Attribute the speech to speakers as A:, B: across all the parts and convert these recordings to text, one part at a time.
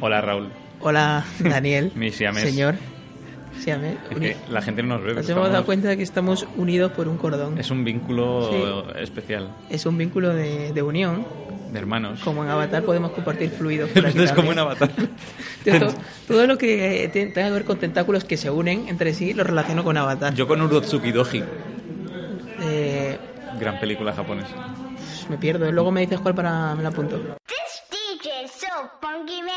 A: Hola, Raúl.
B: Hola, Daniel.
A: Mi siamés.
B: Señor. Siamés.
A: Es
B: Uni-
A: que la gente no nos ve.
B: Nos
A: pero
B: hemos dado
A: estamos-
B: cuenta de que estamos unidos por un cordón.
A: Es un vínculo especial
B: Es un vínculo de, de unión.
A: de hermanos.
B: Como en Avatar podemos compartir fluidos. por aquí
A: Esto es como un
B: también.
A: avatar.
B: Todo, todo lo que eh, te- tenga que ver con tentáculos que se unen entre sí lo relaciono con Avatar.
A: Yo con Urotsuki Doji,
B: Eh,
A: gran película japonesa.
B: pues me pierdo. Luego me dices cuál para me la apunto.
C: This DJ is so funky, man.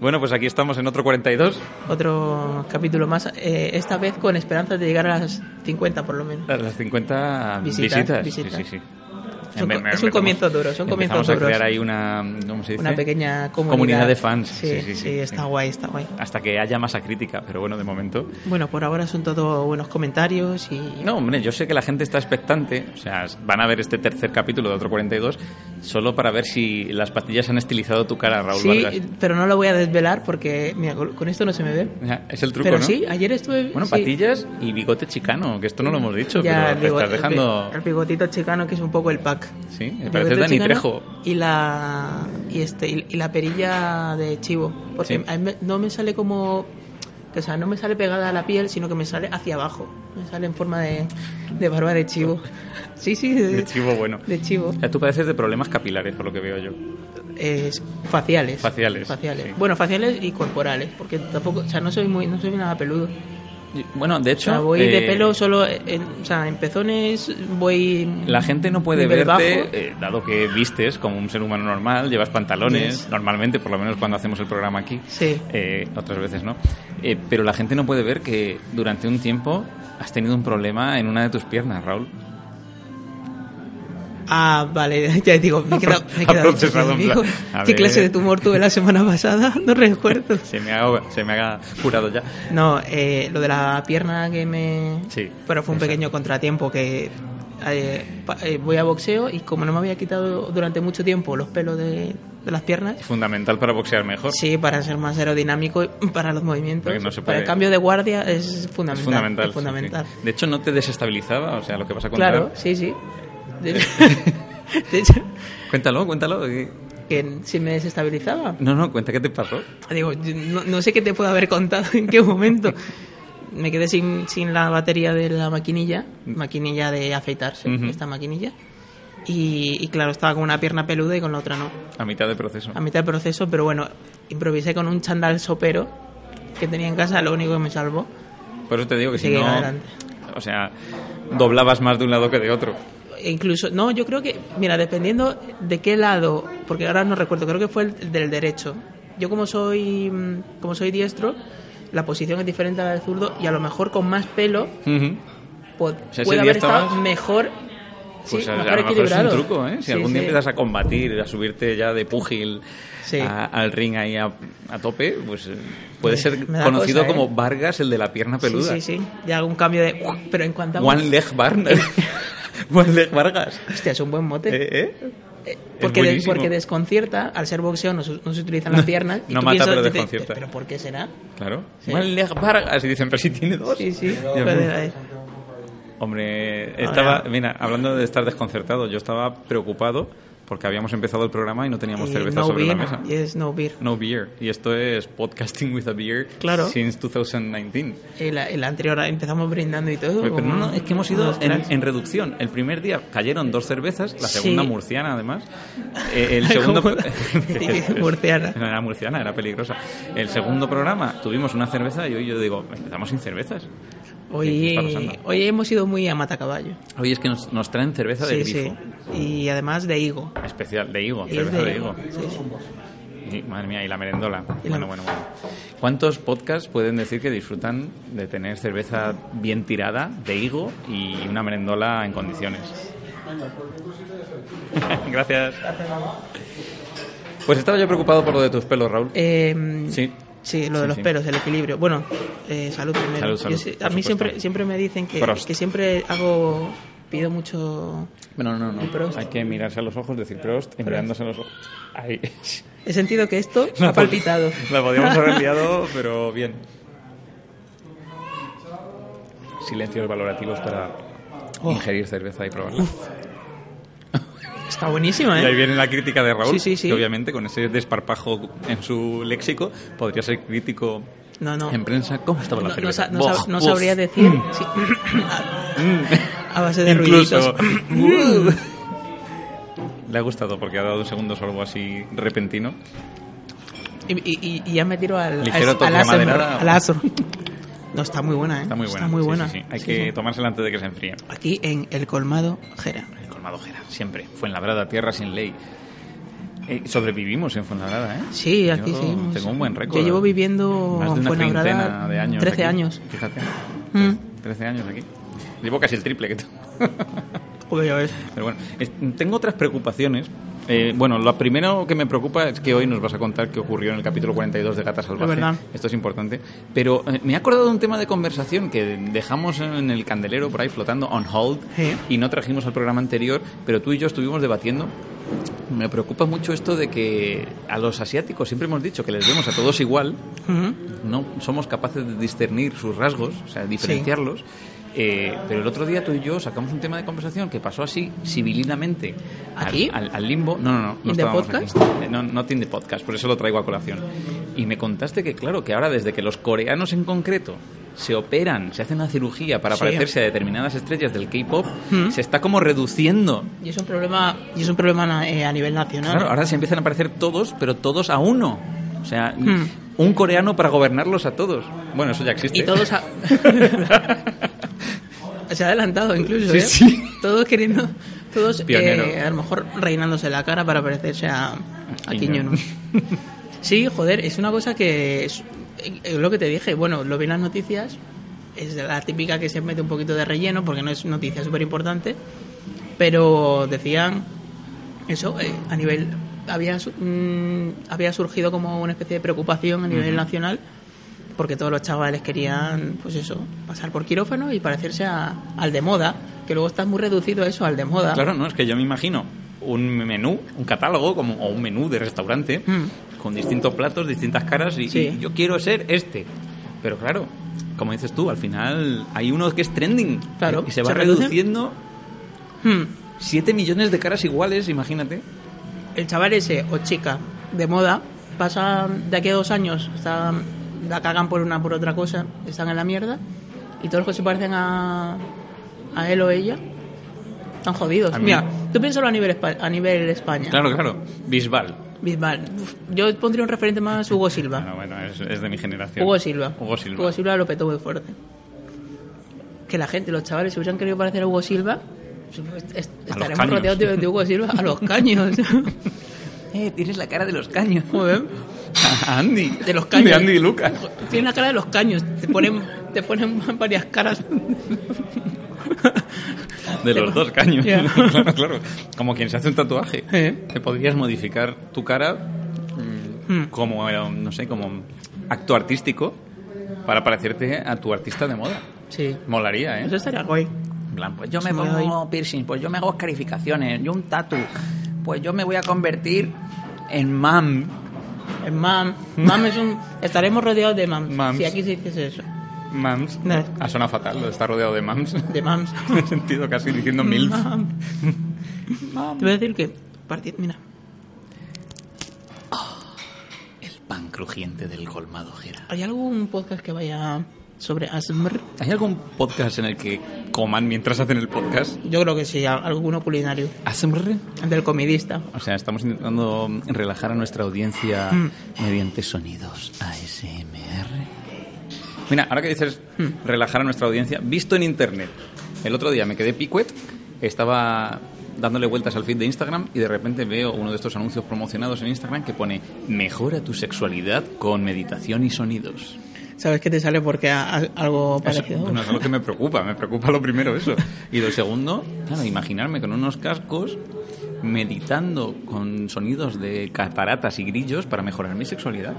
A: Bueno, pues aquí estamos en otro 42.
B: Otro capítulo más. eh, esta vez con esperanzas de llegar a las 50 por lo menos.
A: A Las 50
B: Visitas,
A: visitas.
B: visitas.
A: Sí, sí, sí.
B: Son
A: Empe-
B: co- es
A: empezamos-
B: un comienzo duro, son comienzos
A: empezamos a
B: duros.
A: crear ahí una, ¿cómo se dice?
B: Una pequeña comunidad.
A: de fans.
B: Sí, sí, está guay, está guay.
A: Hasta que haya masa crítica, pero bueno, de momento.
B: Bueno, por ahora son todos buenos comentarios y...
A: No, hombre, yo sé que la gente está expectante, o sea, van a ver este tercer capítulo de otro 42 solo para ver si las pastillas han estilizado tu cara, Raúl
B: sí,
A: Vargas.
B: pero no lo voy a desvelar porque mira, con con esto no se me ve.
A: Ya, Es el truco,
B: pero
A: ¿no?
B: sí, ayer estuve...
A: Bueno,
B: sí.
A: patillas y bigote chicano, que esto no lo hemos dicho,
B: Ya,
A: pero te
B: bigo-
A: estás dejando...
B: El bigotito chicano que es un poco el pack.
A: Sí, me
B: El
A: parece
B: bigotito
A: Dani
B: chicano
A: Trejo.
B: Y la, y, este, y, y la perilla de chivo. Porque
A: Sí.
B: a mí me- no me sale como... O sea, no me sale pegada a la piel, sino que me sale hacia abajo. Me sale en forma de, de barba de chivo. Sí, sí, de,
A: De chivo bueno.
B: de chivo.
A: O sea, tú padeces de problemas capilares, por lo que veo yo.
B: Es faciales.
A: Faciales,
B: Faciales.
A: sí.
B: Bueno, faciales y corporales, porque tampoco, o sea, no soy muy, no soy nada peludo.
A: Y, Bueno, de
B: O
A: hecho...
B: sea, voy de
A: eh,
B: pelo solo, en, o sea, en pezones voy.
A: La gente no puede
B: nivel
A: verte,
B: bajo.
A: eh, dado que vistes como un ser humano normal, llevas pantalones,
B: Yes.
A: normalmente, por lo menos cuando hacemos el programa aquí.
B: Sí.
A: Eh, otras veces no. Eh, pero la gente no puede ver que durante un tiempo has tenido un problema en una de tus piernas, Raúl.
B: Ah, vale, ya digo, me he quedado. Me he
A: Ha
B: quedado
A: procesado en
B: digo,
A: plan, a
B: ¿Qué
A: ver. eh?
B: clase de tumor tuve la semana pasada? No recuerdo.
A: Se me ha, se me ha curado ya.
B: No, eh, lo de la pierna que me.
A: Sí,
B: Pero fue un
A: exacto.
B: pequeño contratiempo que. eh, pa- eh, voy a boxeo y como no me había quitado durante mucho tiempo los pelos de, de las piernas,
A: Es fundamental para boxear mejor.
B: Sí, para ser más aerodinámico y para los movimientos.
A: Porque no se puede.
B: Para el cambio de guardia es
A: es
B: fundamental.
A: fundamental.
B: es fundamental.
A: sí, sí. De hecho, no te desestabilizaba, o sea, lo que vas a contar.
B: Claro, sí, sí. De, de hecho,
A: Cuéntalo, cuéntalo. eh.
B: que si me desestabilizaba.
A: No, no, cuenta qué te pasó.
B: Digo, yo no, no sé qué te puedo haber contado en qué momento. Me quedé sin, sin la batería de la maquinilla, maquinilla de afeitarse,
A: Mm. Ujú.
B: esta maquinilla. Y, y claro, estaba con una pierna peluda y con la otra no.
A: A mitad del proceso.
B: a mitad del proceso, pero bueno, improvisé con un chandal sopero que tenía en casa, lo único que me salvó.
A: Por eso te digo que si
B: Sigue
A: no.
B: adelante.
A: O sea, doblabas más de un lado que de otro.
B: E incluso, no, yo creo que, mira, dependiendo de qué lado, porque ahora no recuerdo, creo que fue el del derecho. Yo como soy, mm, como soy diestro, la posición es diferente a la del zurdo y a lo mejor con más pelo
A: Ujú.
B: po-
A: sea, ese
B: puede
A: día
B: haber
A: estabas-
B: estado mejor, sí,
A: Pues a, a
B: mejor
A: lo mejor es un
B: equilibrado.
A: truco, ¿eh? Si
B: Sí,
A: algún día
B: sí.
A: empiezas a combatir, a subirte ya de púgil
B: Sí.
A: a- al ring ahí a, a tope, pues eh, puede ser
B: Me da
A: conocido
B: cosa, ¿eh?
A: como Vargas, el de la pierna
B: Sí,
A: peluda.
B: sí, sí. Ya hago un cambio de... Pero en cuanto a...
A: One Leg Vargas. One Leg Vargas.
B: Hostia, es un buen mote.
A: ¿Eh? ¿Eh?
B: Eh,
A: Es
B: Porque, de-
A: buenísimo.
B: porque desconcierta, al ser boxeo no, se- no se utilizan las piernas.
A: no
B: tú
A: mata,
B: piensas,
A: pero
B: dices,
A: desconcierta.
B: ¿Pero por qué será?
A: Claro.
B: Sí.
A: One Leg Vargas. Y dicen, pero si tiene dos.
B: Sí, eh. sí.
A: Dios
B: puede
A: mío.
B: haber.
A: Hombre, estaba, mira, hablando de estar desconcertado, yo estaba preocupado porque habíamos empezado el programa y no teníamos
B: Y
A: cerveza
B: Eh, no
A: sobre
B: beer,
A: la mesa.
B: yes, no beer.
A: No beer. Y esto es podcasting with a beer
B: Claro.
A: since 2019.
B: El, el anterior empezamos brindando y todo.
A: Pero
B: como
A: no, no, es que hemos ido
B: unos
A: en,
B: cracks.
A: en reducción. El primer día cayeron dos cervezas, la
B: Sí.
A: segunda murciana además. Eh, El segundo
B: Como-
A: pro-
B: Murciana.
A: No era murciana, era peligrosa. El segundo programa tuvimos una cerveza y hoy yo digo, empezamos sin cervezas. ¿Qué está
B: Hoy,
A: pasando?
B: hoy hemos ido muy a matacaballo.
A: Hoy es que nos, nos traen cerveza de
B: Sí, sí.
A: grifo.
B: Y además de higo.
A: Especial, de higo,
B: Y es
A: cerveza de,
B: de
A: higo.
B: sí, sí.
A: Y, madre mía, y la merendola.
B: Y la-
A: bueno, bueno, bueno. ¿Cuántos podcasts pueden decir que disfrutan de tener cerveza bien tirada, de higo y una merendola en condiciones? Gracias. Pues estaba yo preocupado por lo de tus pelos, Raúl.
B: Eh,
A: Sí.
B: Sí, lo de
A: Sí,
B: los
A: sí.
B: pelos, el equilibrio. Bueno, eh, salud primero.
A: Salud, salud,
B: Yo sé-
A: por
B: a mí
A: supuesto.
B: siempre, siempre me dicen que,
A: Prost.
B: que siempre hago. Pido mucho.
A: Bueno, no, no.
B: Prost.
A: Hay que mirarse a los ojos, decir Prost, y mirándose a los ojos. Ahí.
B: He sentido que esto ha
A: pol-
B: palpitado.
A: pues, La podíamos haber enviado, pero bien. Silencios valorativos para
B: Oh.
A: ingerir cerveza y probarla.
B: Está buenísima,
A: Y ahí
B: ¿eh?
A: viene la crítica de Raúl,
B: Sí, sí, sí.
A: que obviamente con ese desparpajo en su léxico podría ser crítico
B: No, no.
A: en prensa. ¿Cómo estaba
B: No,
A: la
B: no
A: cerveza?
B: sa- no
A: Buah,
B: sab- no
A: uf, Mm.
B: sabría decir. sí. a base de
A: Incluso. Uh.
B: ruiditos. Uh.
A: Le ha gustado porque ha dado un segundo sorbo así repentino.
B: Y, y- y- y ya me tiro al,
A: Ligero
B: al,
A: toque
B: al
A: de
B: Asenberg,
A: maderada.
B: al Asenberg. No, está muy buena, ¿eh?
A: Está muy buena. sí, sí, sí. Hay
B: Sí,
A: que
B: sí.
A: tomársela antes de que se enfríe.
B: Aquí en El Colmado, Jera.
A: El colmado Gera, siempre. Fuenlabrada, tierra sin ley. Eh, sobrevivimos en Fuenlabrada, ¿eh?
B: Sí, aquí
A: Yo
B: sí. hemos-
A: Tengo un buen récord.
B: Yo llevo viviendo
A: Más de
B: en
A: una
B: Fuenlabrada
A: treintena de años.
B: 13
A: aquí.
B: años.
A: Fíjate.
B: Mm.
A: 13 años aquí. Llevo casi el triple que tú.
B: Joder, ya ves.
A: Pero bueno, es- tengo otras preocupaciones. Eh, bueno, lo primero que me preocupa es que hoy nos vas a contar qué ocurrió en el capítulo 42 de Gata Salvaje.
B: Es verdad.
A: Esto es importante. Pero eh, me he acordado de un tema de conversación que dejamos en el candelero por ahí flotando, on hold,
B: Sí.
A: y no trajimos al programa anterior, pero tú y yo estuvimos debatiendo. Me preocupa mucho esto de que a los asiáticos siempre hemos dicho que les vemos a todos igual,
B: Ujú.
A: no somos capaces de discernir sus rasgos, o sea, diferenciarlos. Eh, pero el otro día tú y yo sacamos un tema de conversación que pasó así, civilinamente, al-
B: ¿Aquí?
A: Al, al limbo. No, no, no.
B: ¿In
A: no
B: the
A: estábamos
B: podcast?
A: aquí. Eh, No, no tiene podcast, por eso lo traigo a colación. Y me contaste que, claro, que ahora desde que los coreanos en concreto se operan, se hacen una cirugía para
B: Sí.
A: parecerse a determinadas estrellas del K-pop,
B: Mm.
A: se está como reduciendo.
B: Y es un problema, y es un problema na- eh, a nivel nacional.
A: Claro, ahora se empiezan a parecer todos, pero todos a uno. O sea,
B: Hmm.
A: un coreano para gobernarlos a todos. Bueno, eso ya existe.
B: Y todos. a- Se ha adelantado incluso,
A: Sí,
B: ¿eh?
A: sí.
B: Todos queriendo. Todos eh,
A: Pionero.
B: a lo mejor reinándose la cara para parecerse a, a Kim
A: Kim
B: Jong-un. Sí, joder, es una cosa que. Es, es lo que te dije, bueno, lo vi en las noticias. Es la típica que se mete un poquito de relleno porque no es noticia súper importante. Pero decían eso eh, a nivel había su- mm, había surgido como una especie de preocupación a nivel nacional porque todos los chavales querían pues eso pasar por quirófano y parecerse a- al de moda que luego está muy reducido a eso al de moda
A: Claro, no, es que yo me imagino un menú, un catálogo como, o un menú de restaurante
B: Mm.
A: con distintos platos, distintas caras y,
B: Sí.
A: y yo quiero ser este. Pero claro, como dices tú, al final hay uno que es trending
B: Claro,
A: y se va
B: se reduce.
A: reduciendo
B: Hmm.
A: 7 millones de caras iguales, imagínate.
B: el chaval ese o chica de moda pasa de aquí a dos años está, la cagan por una por otra cosa están en la mierda y todos los que se parecen a, a él o ella están jodidos
A: A mí-
B: mira tú piénsalo a nivel Espa- a nivel España
A: Claro, claro. Bisbal.
B: Bisbal. Uf, Yo pondría un referente más Hugo
A: Bueno,
B: Silva.
A: bueno, es, es de mi generación.
B: Ah. Hugo Silva.
A: Hugo Silva.
B: lo petó muy fuerte. Que la gente, los chavales, si hubieran querido parecer a Hugo Silva, pues, est- estaremos
A: caños.
B: rodeados de, de Hugo Silva a los caños.
A: Eh, tienes la cara de los caños.
B: Joder.
A: A Andy.
B: De los caños.
A: De Andy y Lucas.
B: Tiene la cara de los caños. Te ponen, te ponen varias caras.
A: De los dos caños.
B: Ya.
A: claro, claro. Como quien se hace un tatuaje.
B: Eh.
A: Te podrías modificar tu cara mm,
B: Hmm.
A: como, eh, no sé, como acto artístico para parecerte a tu artista de moda.
B: Sí. Pues
A: Molaría, ¿eh?
B: Eso estaría guay.
A: En plan, pues yo me
B: Sí, me
A: pongo piercing, pues yo me hago escarificaciones, yo un tatu, pues yo me voy a convertir en mam.
B: En mam. Mam es un. Estaremos rodeados de mams.
A: Mams. Eh.
B: Si aquí se dice eso.
A: Mams.
B: No.
A: Ha sonado fatal, lo de estar rodeado de mams.
B: De mams.
A: Me he sentido casi diciendo milf.
B: Mam. Te voy a decir que. partid- Mira.
A: El pan crujiente del colmado Gera.
B: ¿Hay algún podcast que vaya sobre ASMR?
A: ¿Hay algún podcast en el que coman mientras hacen el podcast?
B: Yo creo que sí, a- alguno culinario.
A: ¿ASMR?
B: Del comidista.
A: O sea, estamos intentando relajar a nuestra audiencia
B: Mm.
A: mediante sonidos ASMR. Mira, ahora que dices relajar a nuestra audiencia, visto en internet. El otro día me quedé picuet, estaba dándole vueltas al feed de Instagram y de repente veo uno de estos anuncios promocionados en Instagram que pone mejora tu sexualidad con meditación y sonidos.
B: ¿Sabes qué te sale porque a- a- algo parecido?
A: Eso, bueno, eso es lo que me preocupa, me preocupa lo primero eso. Y lo segundo, claro, imaginarme con unos cascos meditando con sonidos de cataratas y grillos para mejorar mi sexualidad.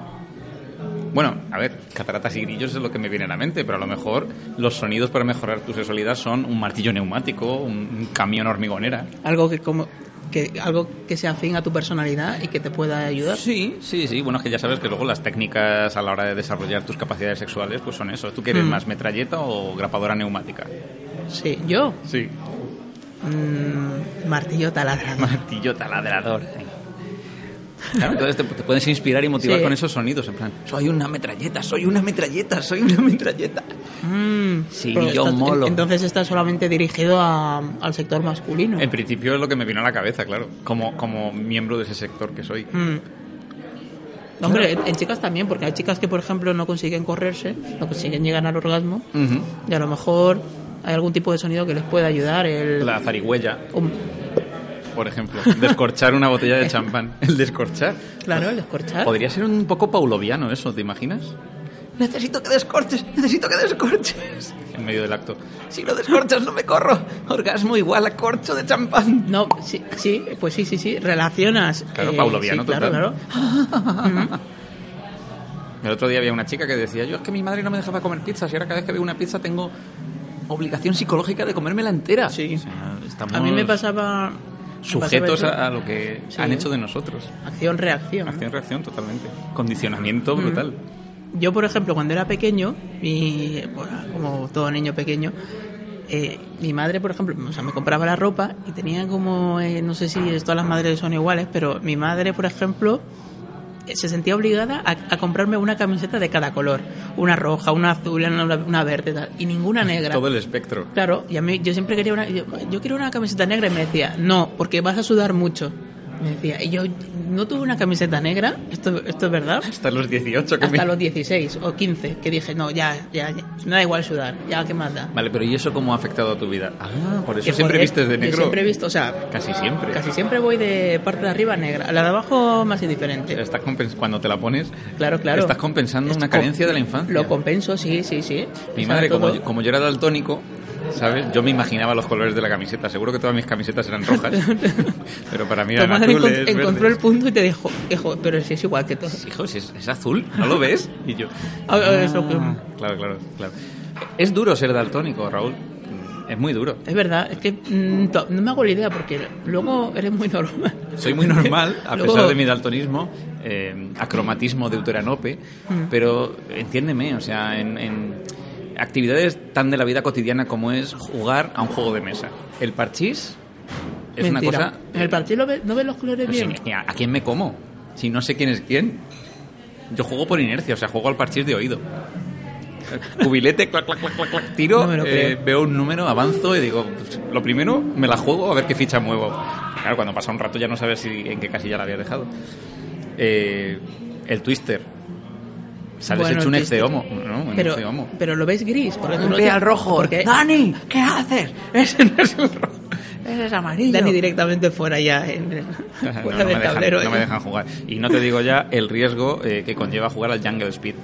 A: Bueno, a ver, cataratas y grillos es lo que me viene a la mente, pero a lo mejor los sonidos para mejorar tu sexualidad son un martillo neumático, un un camión hormigonera.
B: Algo que como que algo que sea afín a tu personalidad y que te pueda ayudar.
A: Sí, sí, sí. Bueno, es que ya sabes que luego las técnicas a la hora de desarrollar tus capacidades sexuales, pues son eso. ¿Tú quieres
B: Mm.
A: más metralleta o grapadora neumática?
B: Sí, yo,
A: Sí.
B: mm, martillo taladrador.
A: Martillo taladrador. Claro, entonces te, te puedes inspirar y motivar
B: Sí.
A: con esos sonidos, en plan, soy una metralleta, soy una metralleta, soy una metralleta.
B: Mm,
A: Sí,
B: pero
A: yo
B: está-
A: molo.
B: Entonces está solamente dirigido a- al sector masculino.
A: En principio es lo que me vino a la cabeza, claro, como, como miembro de ese sector que soy.
B: Mm. No, hombre, en, en chicas también, porque hay chicas que, por ejemplo, no consiguen correrse, no consiguen llegar al orgasmo,
A: Ujú.
B: y a lo mejor hay algún tipo de sonido que les pueda ayudar. El, um,
A: La zarigüeya,
B: un-
A: por ejemplo, descorchar una botella de champán, el descorchar.
B: claro, el descorchar.
A: Podría ser un poco pauloviano eso, ¿te imaginas? Necesito que descorches, necesito que descorches. En medio del acto. Si no descorchas no me corro. Orgasmo igual a corcho de champán.
B: No, sí, sí, pues sí, sí, sí, relacionas.
A: Claro,
B: eh,
A: pauloviano
B: sí, claro,
A: total.
B: claro.
A: El otro día había una chica que decía, yo es que mi madre no me dejaba comer pizzas y ahora cada vez que veo una pizza tengo obligación psicológica de comérmela entera.
B: Sí.
A: O sea, estamos
B: A mí me pasaba. me pasaba
A: sujetos
B: eso.
A: a, a lo que
B: Sí.
A: han hecho de nosotros.
B: Acción-reacción. ¿no?
A: Acción-reacción totalmente.
B: Mm.
A: Condicionamiento brutal.
B: Yo, por ejemplo, cuando era pequeño, mi, bueno, como todo niño pequeño, eh, mi madre, por ejemplo, o sea, me compraba la ropa y tenía como, eh, no sé si es- todas las madres son iguales, pero mi madre, por ejemplo, eh, se sentía obligada a, a comprarme una camiseta de cada color, una roja, una azul, una, una verde, tal, y ninguna negra.
A: Todo el espectro.
B: Claro, y a mí yo siempre quería una. Yo, yo quiero una camiseta negra y me decía, no, porque vas a sudar mucho. Me decía, y yo no tuve una camiseta negra, esto, esto es verdad,
A: Hasta los 18 que
B: hasta
A: me-
B: los 16 o 15, que dije, no, ya, ya, ya, me da igual sudar, ya, ¿qué más da?
A: Vale, pero ¿y eso cómo ha afectado a tu vida? Ah, por eso
B: Que,
A: siempre
B: joder,
A: vistes de
B: yo
A: negro.
B: siempre he visto, o sea,
A: Casi siempre.
B: casi siempre voy de parte de arriba a negra, la de abajo más indiferente.
A: Estás compens- Cuando te la pones,
B: Claro, claro.
A: estás compensando
B: Esto
A: una
B: com-
A: carencia de la infancia.
B: Lo compenso, sí, sí, sí.
A: Mi
B: O sea,
A: madre, como
B: todo-
A: yo, como yo era daltónico, ¿sabes? Yo me imaginaba los colores de la camiseta. Seguro que todas mis camisetas eran rojas. pero para mí
B: Tu
A: eran
B: madre encon-
A: azules,
B: encontró el
A: verdes.
B: punto y te dijo, hijo, pero si es igual que todo.
A: Hijo, si es, es azul, ¿no lo ves? Y yo...
B: Ah, ah, eso que-
A: Claro, claro, claro. Es duro ser daltónico, Raúl. Es muy duro.
B: Es verdad, es que mm, to- no me hago la idea porque luego eres muy normal.
A: Soy muy normal, a
B: Luego-
A: pesar de mi daltonismo, eh, acromatismo deuteranope,
B: Mm.
A: pero entiéndeme, o sea, en, en actividades tan de la vida cotidiana como es jugar a un juego de mesa. El parchís es
B: Mentira.
A: una cosa...
B: En el partido lo ve- no ves los colores
A: Pero si-
B: bien.
A: Pues ¿A a quién me como? Si no sé quién es quién. Yo juego por inercia, o sea, juego al parchís de oído. Cubilete, clac, clac, clac, clac, clac, tiro,
B: No me lo creo.
A: eh, veo un número, avanzo y digo, pues, lo primero me la juego a ver qué ficha muevo. Claro, cuando pasa un rato ya no sabes si, en qué casilla la habías dejado. Eh, el twister. Sales
B: Bueno,
A: hecho un
B: el twister.
A: exceomo. ¿no? Un
B: pero,
A: exceomo.
B: pero lo ves gris. Porque tú
A: Un
B: no
A: pie
B: tienes-
A: al rojo.
B: Porque
A: ¡Dani! ¿Qué haces? Ese no es el rojo. Ese es amarillo.
B: Dani directamente fuera ya. en-
A: No,
B: fuera
A: no
B: del
A: me dejan,
B: tablero.
A: no me
B: ¿eh?
A: dejan jugar. Y no te digo ya el riesgo eh, que conlleva jugar al Jungle Speed.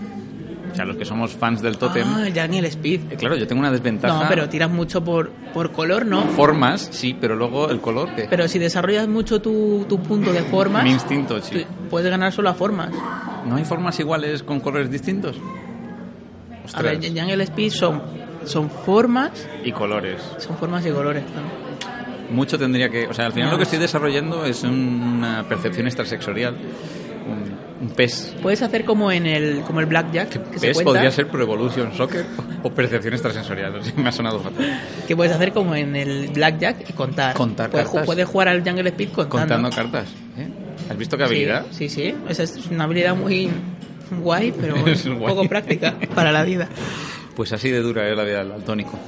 A: O sea, los que somos fans del Totem.
B: Ah, ya ni el speed.
A: eh, claro, yo tengo una desventaja.
B: No, pero tiras mucho por, por color, ¿no?
A: Formas, sí, pero luego el color. ¿qué?
B: Pero si desarrollas mucho tu, tu punto de formas,
A: Mi instinto, sí.
B: tú puedes ganar solo a formas.
A: ¿No hay formas iguales con colores distintos?
B: A
A: Ostras,
B: ver, ya en el speed son, son formas,
A: y colores.
B: son formas y colores. claro.
A: Mucho tendría que. O sea, al final
B: No,
A: lo que
B: no sé.
A: estoy desarrollando es una percepción extrasexorial. Un, un PES.
B: Puedes hacer como en el, como el blackjack, que se
A: PES
B: cuenta,
A: podría ser Pro Evolution Soccer o percepción extrasensorial. o sea, Me ha sonado fatal.
B: que puedes hacer como en el blackjack y contar.
A: Contar
B: puedes,
A: cartas.
B: puedes jugar al Jungle Speed contando.
A: Contando cartas. ¿eh? ¿Has visto qué
B: Sí,
A: habilidad?
B: Sí, sí, Esa es una habilidad muy guay, pero bueno,
A: Es guay.
B: poco práctica para la vida.
A: Pues así de dura es la vida del daltónico.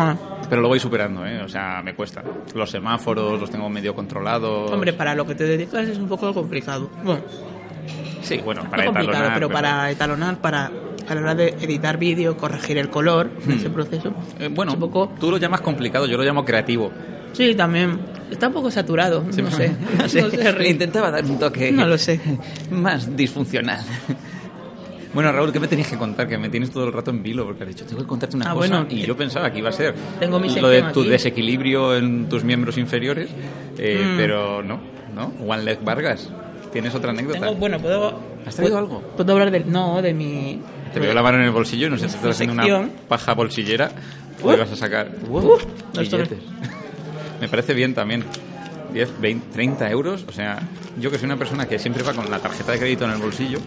B: Ah.
A: Pero lo voy superando, ¿eh? O sea, me cuesta. Los semáforos los tengo medio controlados.
B: Hombre, para lo que te dedicas es un poco complicado. Bueno,
A: sí, bueno,
B: no
A: para
B: complicado,
A: etalonar,
B: pero para etalonar, para a la hora de editar vídeo, corregir el color, ese proceso.
A: Eh, bueno,
B: es un poco...
A: tú lo llamas complicado, yo lo llamo creativo.
B: Sí, también. Está un poco saturado, no sé. No sé, Rick.
A: intentaba dar un toque
B: No lo sé.
A: más disfuncional. Bueno, Raúl, ¿qué me tenías que contar? Que me tienes todo el rato en vilo, porque has dicho, tengo que contarte una
B: Ah,
A: cosa.
B: bueno,
A: y
B: que-
A: yo pensaba que iba a ser
B: Tengo mi
A: lo de
B: sección
A: tu
B: aquí.
A: desequilibrio en tus miembros inferiores, eh,
B: Mm.
A: pero no, ¿no? One Leg Vargas, ¿tienes otra anécdota?
B: Tengo- bueno, puedo.
A: ¿Has traído
B: puedo-
A: algo?
B: Puedo hablar del. No, de mi.
A: Te veo la mano en el bolsillo y no sé si estás haciendo una
B: sección.
A: paja bolsillera o
B: Uh.
A: vas a sacar
B: Uh. No, esto no.
A: billetes. Me parece bien también. 10, 20, 30 euros. O sea, yo que soy una persona que siempre va con la tarjeta de crédito en el bolsillo.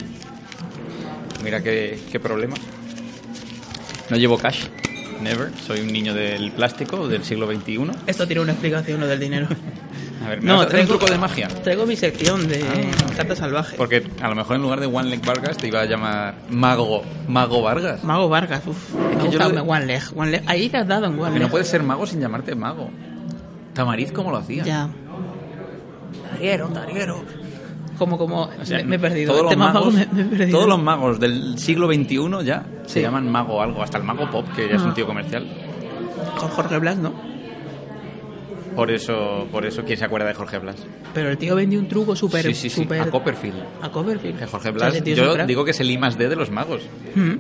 A: Mira qué, qué problemas. No llevo cash. Never. Soy un niño del plástico del siglo XXI.
B: Esto tiene una explicación, lo del dinero.
A: A ver, ¿me no, vas a hacer un truco de magia.
B: Traigo mi sección de
A: Ah.
B: cartas salvajes.
A: Porque a lo mejor en lugar de One Leg Vargas te iba a llamar Mago, Mago Vargas.
B: Mago Vargas, uff. Me
A: que yo
B: gusta
A: lo de-
B: One Leg. One Leg. Ahí te has dado en One
A: Que
B: Leg.
A: no puedes ser mago sin llamarte mago. Tamariz, ¿cómo lo hacía?
B: Ya.
A: Tariero, tariero.
B: Como, como.
A: O sea,
B: me, me he perdido.
A: Todos
B: El
A: los,
B: tema
A: magos,
B: mago me, me he perdido.
A: todos los magos del siglo XXI ya se
B: Sí.
A: llaman mago algo, hasta el mago pop, que ya es un
B: Ah.
A: tío comercial.
B: Con Jorge Blas, ¿no?
A: Por eso, por eso ¿quién se acuerda de Jorge Blas?
B: Pero el tío vendió un truco súper.
A: sí, sí, sí,
B: súper-
A: a Copperfield.
B: A Copperfield.
A: Que Jorge
B: O sea,
A: Blas,
B: ese tío es un
A: yo
B: crack.
A: digo que es el I más D de los magos.
B: Mm,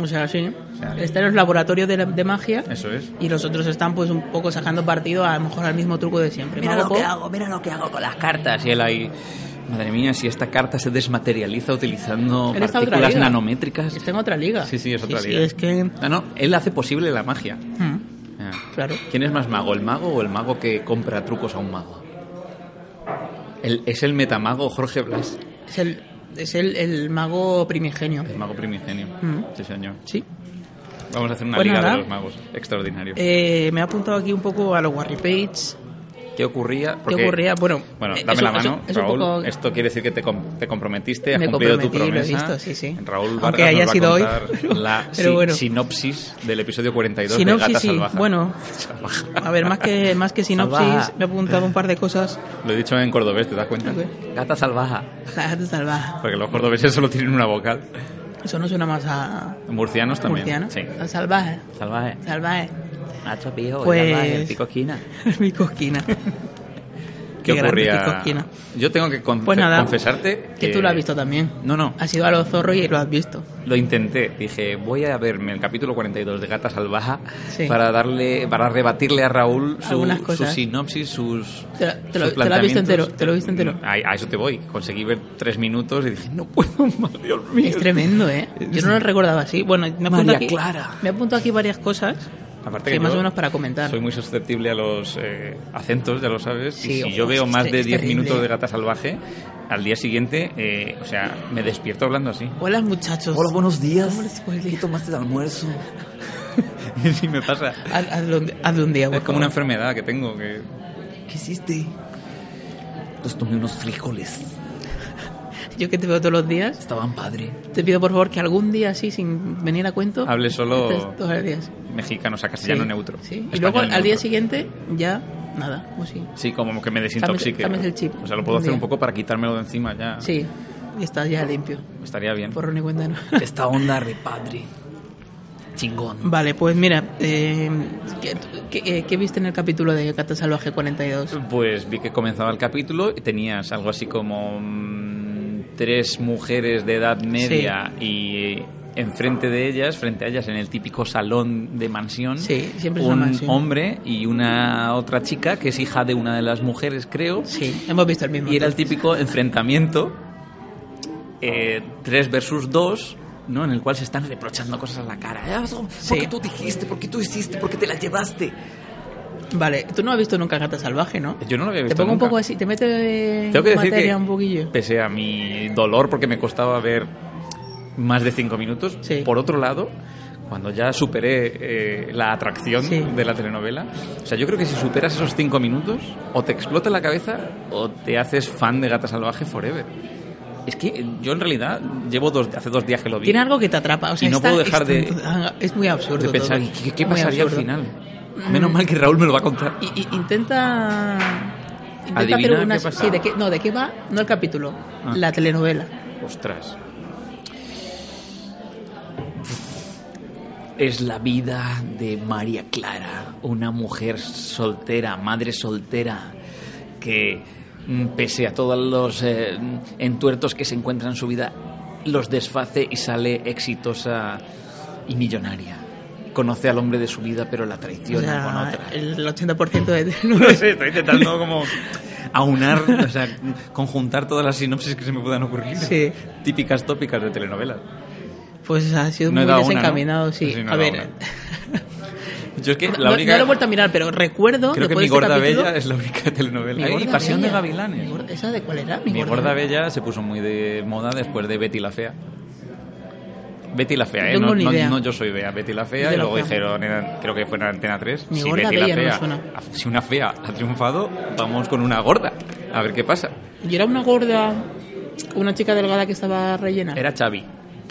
B: O sea, sí. Este
A: sea,
B: Está en los laboratorios de, la- de magia.
A: Eso es.
B: Y los otros están, pues, un poco sacando partido a lo mejor al mismo truco de siempre.
A: Mira
B: Mago
A: lo que
B: Pop,
A: hago, mira lo que hago con las cartas. Y él ahí, madre mía, si esta carta se desmaterializa utilizando
B: Él está a otra
A: partículas
B: liga.
A: nanométricas.
B: Está en otra liga.
A: Sí, sí, es otra
B: sí,
A: liga.
B: es que.
A: No, no, él hace posible la magia.
B: Mm,
A: Ah.
B: Claro.
A: ¿Quién es más mago, el mago o el mago que compra trucos a un mago? El- es el metamago Jorge Blas,
B: Es el, es el, el mago primigenio.
A: el mago primigenio.
B: Mm.
A: Sí, señor.
B: Sí.
A: Vamos a hacer una
B: Pues
A: liga
B: nada.
A: de los magos. Extraordinario.
B: Eh, me he apuntado aquí un poco a los Warry Page.
A: ¿Qué ocurría?
B: ¿Qué
A: Porque-
B: ocurría? Bueno,
A: Bueno,
B: eh,
A: dame
B: eso-
A: la
B: eso-
A: mano,
B: eso un
A: Raúl.
B: poco-
A: Esto quiere decir que te, com- te comprometiste, has
B: Me
A: cumplido tu
B: comprometí, lo he
A: promesa.
B: visto, sí, sí.
A: Raúl
B: Aunque
A: Vargas
B: haya
A: nos va a
B: sido hoy,
A: contar
B: pero-
A: la
B: pero
A: si-
B: bueno.
A: sinopsis del episodio 42
B: Sinopsis,
A: de Gata
B: sí.
A: Salvaja.
B: Bueno.
A: Salvaja.
B: A ver, más que, más que sinopsis,
A: Salvaje.
B: me he apuntado un par de cosas.
A: Lo he dicho en cordobés, ¿te das cuenta?
B: Ok.
A: Gata Salvaja.
B: La gente salvaje.
A: Porque los cordobeses solo tienen una vocal.
B: Eso no suena más a
A: Murcianos también.
B: murciano.
A: Sí.
B: A salvaje.
A: Salvaje.
B: Salvaje.
A: Nacho Pijo,
B: Pues- salvaje, pico
A: esquina.
B: Mi cosquina.
A: ¿Qué,
B: grande,
A: ocurría?
B: qué cosquina.
A: Yo tengo que confe-
B: Pues nada.
A: confesarte
B: Que tú lo has visto también.
A: No, no.
B: Has ido a los zorros y lo has visto.
A: Lo intenté, dije, voy a verme el capítulo 42 de Gata Salvaja
B: Sí.
A: para darle para rebatirle a Raúl su,
B: Algunas
A: su
B: cosas.
A: sinopsis, sus
B: Te la- te lo-
A: sus
B: te la has visto
A: planteamientos.
B: entero, te lo viste entero.
A: A, a eso te voy, conseguí ver tres minutos y dije, no puedo más, Dios mío.
B: Es tremendo, ¿eh? Yo no lo recordaba así. Bueno, me apunto
A: María
B: aquí,
A: Clara.
B: Me apunto aquí varias cosas
A: Aparte
B: que,
A: que
B: más
A: yo
B: o menos para comentar.
A: Soy muy susceptible a los eh, acentos, ya lo sabes, y
B: Sí,
A: si
B: ojo,
A: yo veo
B: es
A: más
B: ter-
A: de
B: es
A: 10
B: terrible.
A: minutos de Gata Salvaje, al día siguiente, eh, o sea, me despierto hablando así.
B: Hola, muchachos.
A: buenos días.
B: ¿Cómo les puedes decir? ¿Qué
A: tomaste de almuerzo? sí, me pasa.
B: Haz, hazlo un- hazlo un día, por
A: Es como una
B: favor.
A: enfermedad que tengo que...
D: ¿Qué hiciste? Los tomé unos frijoles.
B: Yo que te veo todos los días,
D: Estaban padre.
B: te pido por favor que algún día así, sin venir a cuento,
A: Hable solo-
B: estés todos los días.
A: mexicano, o sea, castellano
B: Sí,
A: neutro.
B: sí. Y
A: Español
B: luego al día
A: neutro.
B: siguiente, ya nada, o sí.
A: Sí, como que me desintoxique.
B: Cambias- cambias el chip.
A: O sea, lo puedo
B: Un
A: hacer un
B: día.
A: poco para quitármelo de encima ya.
B: Sí, y estás ya limpio.
A: Estaría bien.
B: Por ni cuenta, ¿no?
D: Esta onda de padre. Chingón.
B: Vale, pues mira, eh, ¿qué, qué- qué viste en el capítulo de Cata Salvaje 42?
A: Pues vi que comenzaba el capítulo y tenías algo así como mm, tres mujeres de edad media y enfrente de ellas, frente a ellas en el típico salón de mansión,
B: Sí, siempre es
A: un
B: una mansión.
A: hombre y una otra chica que es hija de una de las mujeres, creo.
B: Sí, hemos visto el mismo.
A: Y era el típico enfrentamiento 3 versus 2, ¿no? En el cual se están reprochando cosas a la cara.
D: Cara, ¿eh? ¿por
B: Sí.
D: qué tú dijiste? ¿Por qué tú hiciste? ¿Por qué te la llevaste?
B: Vale, tú no has visto nunca Gata Salvaje, ¿no?
A: Yo no lo había
B: Te
A: visto
B: pongo un
A: nunca.
B: poco así, te mete en
A: Tengo que decir
B: materia
A: que,
B: un poquillo.
A: pese a mi dolor porque me costaba ver más de 5 minutos,
B: Sí.
A: por otro lado, cuando ya superé eh, la atracción
B: Sí.
A: de la telenovela, o sea, yo creo que si superas esos 5 minutos, o te explota la cabeza o te haces fan de Gata Salvaje Forever. Es que eh, yo en realidad llevo dos, hace dos días que lo vi.
B: Tiene algo que te atrapa, o sea,
A: Y no
B: está-
A: puedo dejar de-
B: está- es muy absurdo.
A: de pensar,
B: todo.
A: ¿qué, qué
B: Muy
A: pasaría al
B: absurdo.
A: final? Menos mal que Raúl me lo va a contar.
B: Y- y- intenta intenta
A: Adivinar
B: hacer
A: qué
B: unas-
A: pasa.
B: sí, de qué, no, de qué va, no el capítulo,
A: Ah.
B: la telenovela.
A: Ostras.
D: Es la vida de María Clara,
A: una mujer soltera, madre soltera, que mm, pese a todos los eh, entuertos que se encuentran en su vida, los desface y sale exitosa y millonaria. Conoce al hombre de su vida, pero la
B: O
A: traiciona
B: sea,
A: con otra.
B: el 80% de
A: No sé, estoy intentando como aunar, o sea, conjuntar todas las sinopsis que se me puedan ocurrir.
B: Sí.
A: Típicas tópicas de telenovelas.
B: Pues ha sido
A: No he
B: muy
A: dado una,
B: desencaminado,
A: ¿no?
B: sí.
A: Sí, no he
B: a
A: dado
B: ver,
A: Yo es que
B: No,
A: la única.
B: no lo he vuelto a mirar, pero recuerdo
A: Creo que
B: después
A: Mi
B: de este
A: Gorda
B: capítulo-
A: Bella es la única telenovela.
B: Mi
A: Ay,
B: Gorda
A: Pasión
B: Bella.
A: de Gavilanes.
B: Mi Gorda- ¿Esa de cuál era?
A: Mi gorda bella se puso muy de moda después de Betty la Fea. Betty la Fea,
B: No
A: ¿eh?
B: tengo
A: no,
B: ni
A: no-
B: idea.
A: no yo soy Bea, Betty la Fea,
B: Betty
A: y
B: la
A: luego
B: Fea.
A: dijeron, en- creo que fue en Antena 3,
B: Mi
A: si
B: gorda
A: Betty
B: bella
A: la
B: no me
A: Fea,
B: suena.
A: si una fea ha triunfado, vamos con una gorda, a ver qué pasa.
B: ¿Y era una gorda, una chica delgada que estaba rellena?
A: Era Xavi,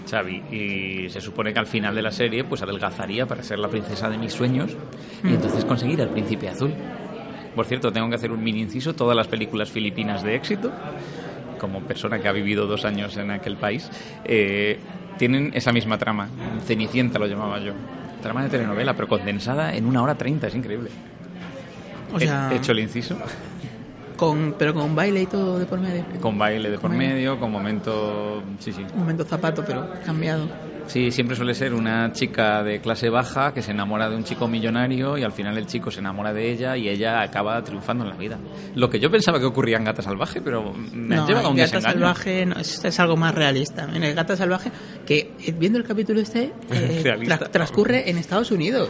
A: Xavi, y se supone que al final de la serie pues adelgazaría para ser la princesa de mis sueños
B: Mm.
A: y entonces conseguir al príncipe azul. Por cierto, tengo que hacer un mini inciso, todas las películas filipinas de éxito, como persona que ha vivido dos años en aquel país, eh, tienen esa misma trama, Cenicienta lo llamaba yo. Trama de telenovela, pero condensada en una hora treinta, es increíble.
B: o sea,
A: He hecho el inciso.
B: con, pero con baile y todo de por medio.
A: Con baile de por
B: Con baile.
A: medio, con momento... Sí, sí.
B: Un momento zapato, pero cambiado.
A: Sí, siempre suele ser una chica de clase baja que se enamora de un chico millonario y al final el chico se enamora de ella y ella acaba triunfando en la vida. Lo que yo pensaba que ocurría en Gata Salvaje, pero me han
B: no,
A: llevado a
B: en
A: un
B: Gata
A: desengaño.
B: Salvaje no, es, es algo más realista. En el Gata Salvaje, que eh, viendo el capítulo este, eh,
A: Realista.
B: tra- transcurre en Estados Unidos.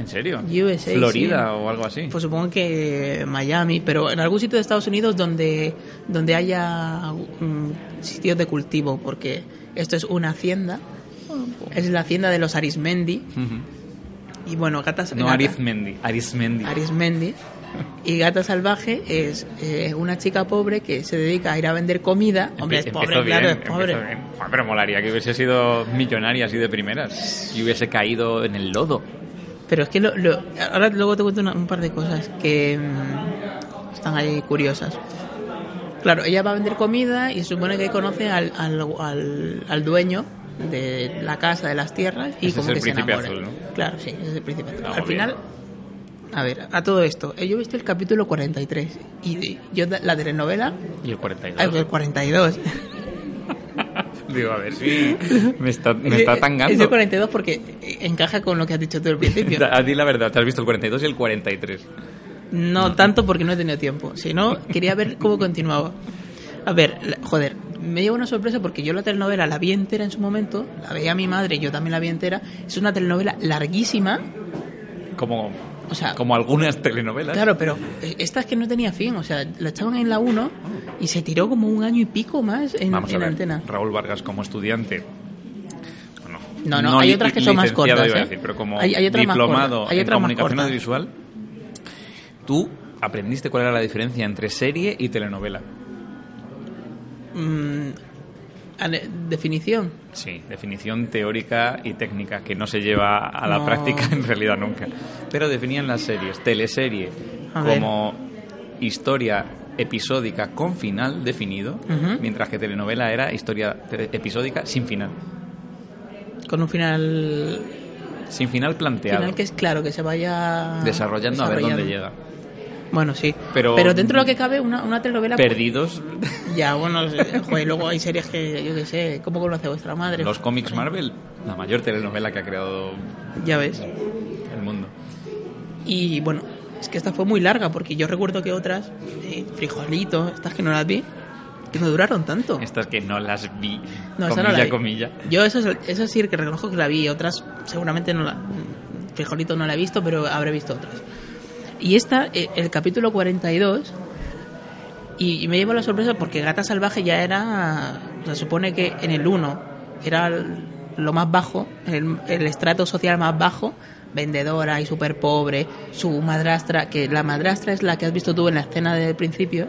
A: ¿En serio?
B: USA,
A: Florida
B: sí.
A: o algo así.
B: Pues supongo que Miami, pero en algún sitio de Estados Unidos donde, donde haya mm, sitios de cultivo, porque esto es una hacienda, es la hacienda de los Arismendi,
A: Ujú.
B: y bueno, gatas...
A: No,
B: gata-
A: Arizmendi. Arizmendi.
B: Arismendi. Y Gata Salvaje es eh, una chica pobre que se dedica a ir a vender comida. Hombre, es
A: Empe-
B: pobre,
A: empezó
B: claro,
A: bien,
B: es pobre.
A: empezó bien. Ah, Pero molaría que hubiese sido millonaria así de primeras y hubiese caído en el lodo.
B: Pero es que lo- lo- ahora luego te cuento una- un par de cosas que mm, están ahí curiosas. Claro, ella va a vender comida y se supone que conoce al, al, al- al dueño de la casa, de las tierras y
A: Ese es
B: como
A: el
B: que se
A: príncipe
B: enamora.
A: azul,
B: Claro, sí, ese es el príncipe azul.
A: Ah,
B: al
A: bien.
B: final, a ver, a todo esto, eh, yo he visto el capítulo 43 y y yo da- la telenovela,
A: Y el
B: ah,
A: 42.
B: el 42.
A: Digo, a ver si me está, me está tangando.
B: Es el 42 porque encaja con lo que has dicho tú al principio.
A: A ti la verdad, te has visto el 42 y el 43.
B: No tanto porque no he tenido tiempo, sino quería ver cómo continuaba. A ver, la- joder, me lleva una sorpresa porque yo la telenovela la vi entera en su momento, la veía mi madre, yo también la vi entera. Es una telenovela larguísima,
A: Como,
B: o sea,
A: como algunas telenovelas.
B: claro, pero eh, esta es que no tenía fin, o sea, la echaban en la 1 y se tiró como un año y pico más en,
A: Vamos a
B: en
A: ver,
B: antena.
A: Raúl Vargas como estudiante. bueno,
B: No, no, hay
A: li-
B: otras que son más
A: licenciado,
B: cortas,
A: iba a
B: ¿eh?
A: decir, pero como
B: Hay- hay otras más
A: diplomado
B: cortas, hay
A: en
B: otras más
A: comunicación
B: cortas.
A: audiovisual, tú aprendiste cuál era la diferencia entre serie y telenovela.
B: Mm, ale- definición.
A: Sí, definición teórica y técnica que no se lleva a la
B: No.
A: práctica en realidad nunca. Pero definían las series, teleserie,
B: A ver.
A: como historia episódica con final definido,
B: Ujú.
A: mientras que telenovela era historia te- episódica sin final.
B: Con un final,
A: Sin final planteado.
B: final que es ah, claro, que se vaya
A: desarrollando, a ver dónde
B: desarrollando.
A: llega.
B: Bueno, sí.
A: Pero-
B: Pero, dentro de lo que cabe, una, una telenovela. pues,
A: Perdidos
B: ya, bueno, sí, joder, luego hay series que, yo qué sé, ¿cómo conoce vuestra madre?
A: los cómics Marvel, la mayor telenovela que ha creado
B: Ya ves.
A: el mundo.
B: Y bueno, es que esta fue muy larga, porque yo recuerdo que otras, eh, Frijolito, estas que no las vi, que no duraron tanto.
A: Estas que no las vi.
B: No, esa
A: comilla,
B: no la vi.
A: comilla.
B: Yo eso, es- eso sí que reconozco que la vi, otras seguramente no la... Frijolito no la he visto, pero habré visto otras. Y esta, eh, el capítulo 42, y, y me llevo la sorpresa porque Gata Salvaje ya era, se supone que en el 1 era el- lo más bajo, el, el estrato social más bajo, vendedora y súper pobre, su madrastra, que la madrastra es la que has visto tú en la escena del principio,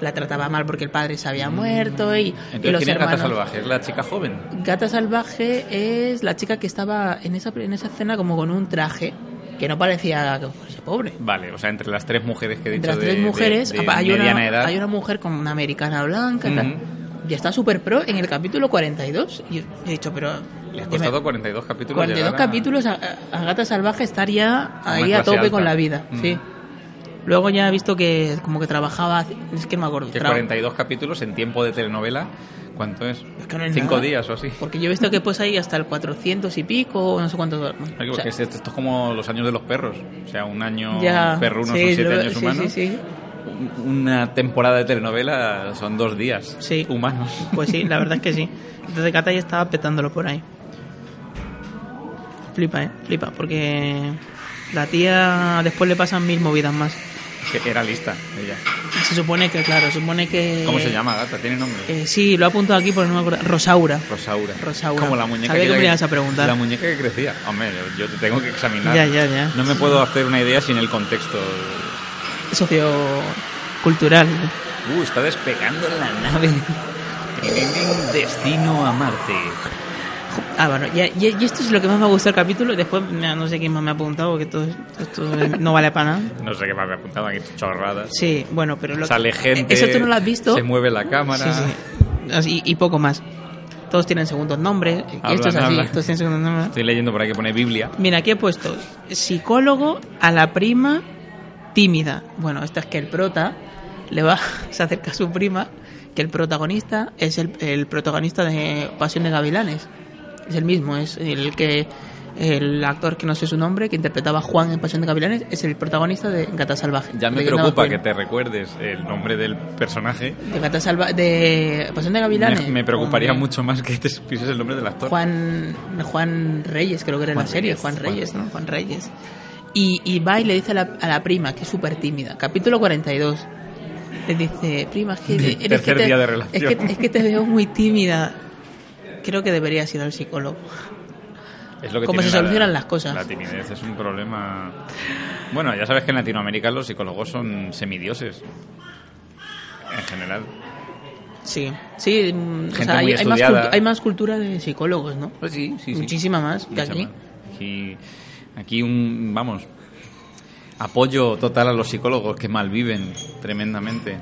B: la trataba mal porque el padre se había muerto y, y
A: Entonces,
B: los
A: ¿quién es Gata
B: hermanos...
A: Salvaje? ¿Es la chica joven?
B: Gata Salvaje es la chica que estaba en esa, en esa escena como con un traje que no parecía que fuese pobre.
A: Vale, o sea, entre las tres mujeres que he dicho
B: Entre las tres
A: de- de-
B: mujeres
A: de
B: hay,
A: mediana
B: una,
A: edad,
B: hay una mujer con una americana blanca y tal.
A: Ujú.
B: Y está súper pro en el capítulo 42. Y he dicho, pero...
A: le ha
B: yo
A: costado
B: me-
A: 42 capítulos.
B: 42
A: llegar a-
B: capítulos a, a Gata Salvaje estaría
A: Una
B: ahí a
A: clase
B: tope
A: alta.
B: con la vida.
A: Ujú.
B: Sí. Luego ya he visto que como que trabajaba... Es que no me acuerdo.
A: Que
B: traba-
A: 42 capítulos en tiempo de telenovela, ¿cuánto es?
B: Es que no es
A: Cinco
B: nada.
A: días o así. Ay,
B: Porque yo he visto que pues ahí hasta el 400 y pico, o no sé cuánto duermen.
A: porque
B: O sea,
A: es- esto, es como los años de los perros. O sea, un año
B: Ya,
A: perruno son
B: sí,
A: siete
B: lo-
A: años
B: sí,
A: humanos.
B: sí, sí.
A: Un- Una temporada de telenovela son dos días
B: Sí.
A: humanos.
B: Pues sí, la verdad es que sí. Entonces Cata ya estaba petándolo por ahí. Flipa, eh, flipa, porque La tía después le pasan mil movidas más.
A: Que Era lista ella.
B: Se supone que, claro, se supone que...
A: ¿Cómo se llama, gata? ¿Tiene nombre?
B: Eh, sí, lo he apuntado aquí porque no me acuerdo. Rosaura.
A: Rosaura.
B: Rosaura.
A: Como la muñeca
B: Sabía que me
A: cre-
B: ibas a preguntar.
A: La muñeca que crecía. Hombre, yo, yo te tengo que examinar.
B: Ya, ya, ya.
A: No me puedo hacer una idea sin el contexto.
B: Sociocultural.
A: Uh, está despegando la nave. Tienen destino a Marte.
B: Ah, bueno, ya- ya- y, esto es lo que más me ha gustado el capítulo. Después, mira, no sé quién más me ha apuntado porque todo esto es- no vale para nada.
A: No sé qué más me apuntaban aquí, chorradas.
B: Sí, bueno, pero lo
A: Sale gente.
B: Eso tú no lo has visto.
A: Se mueve la cámara.
B: Sí, sí. Así- Y, poco más. Todos tienen segundos nombres. y esto es
A: Hablan,
B: así.
A: hablan.
B: Todos tienen segundos nombres.
A: Estoy leyendo por ahí que pone Biblia.
B: Mira, aquí he puesto psicólogo a la prima tímida. Bueno, esto es que el prota le va, se acerca a su prima, que el protagonista es el, el protagonista de Pasión de Gavilanes. Es el mismo, es el que el actor que no sé su nombre, que interpretaba a Juan en Pasión de Gavilanes, es el protagonista de Gata Salvaje.
A: Ya me
B: de Gata
A: preocupa que
B: Vampiro.
A: te recuerdes el nombre del personaje.
B: De Gata Salva de Pasión de Gavilanes.
A: Me, me preocuparía
B: eh, Hombre.
A: mucho más que te supieses el nombre del actor.
B: Juan, Juan Reyes, creo que era en
A: Juan
B: la serie,
A: Reyes,
B: Juan
A: Juan
B: Reyes, ¿no? Juan Reyes. Y, y va y le dice a la, a la prima, que es súper tímida, capítulo 42, le dice, prima, es que,
A: De-
B: eres que
A: tercer
B: te-
A: día de relación.
B: Es que, es que te veo muy tímida. Creo que deberías ir al psicólogo.
A: Es lo que
B: Cómo
A: tiene
B: se
A: la-
B: solucionan las cosas.
A: La timidez es un problema. Bueno, ya sabes que en Latinoamérica los psicólogos son semidioses. En general.
B: Sí, sí, mm, o
A: Gente
B: sea, hay,
A: muy
B: hay más
A: estudiada.
B: cultu- hay más cultura de psicólogos, ¿no?
A: Pues sí, sí,
B: Muchísima más que aquí.
A: Aquí, aquí un, vamos, apoyo total a los psicólogos que malviven tremendamente.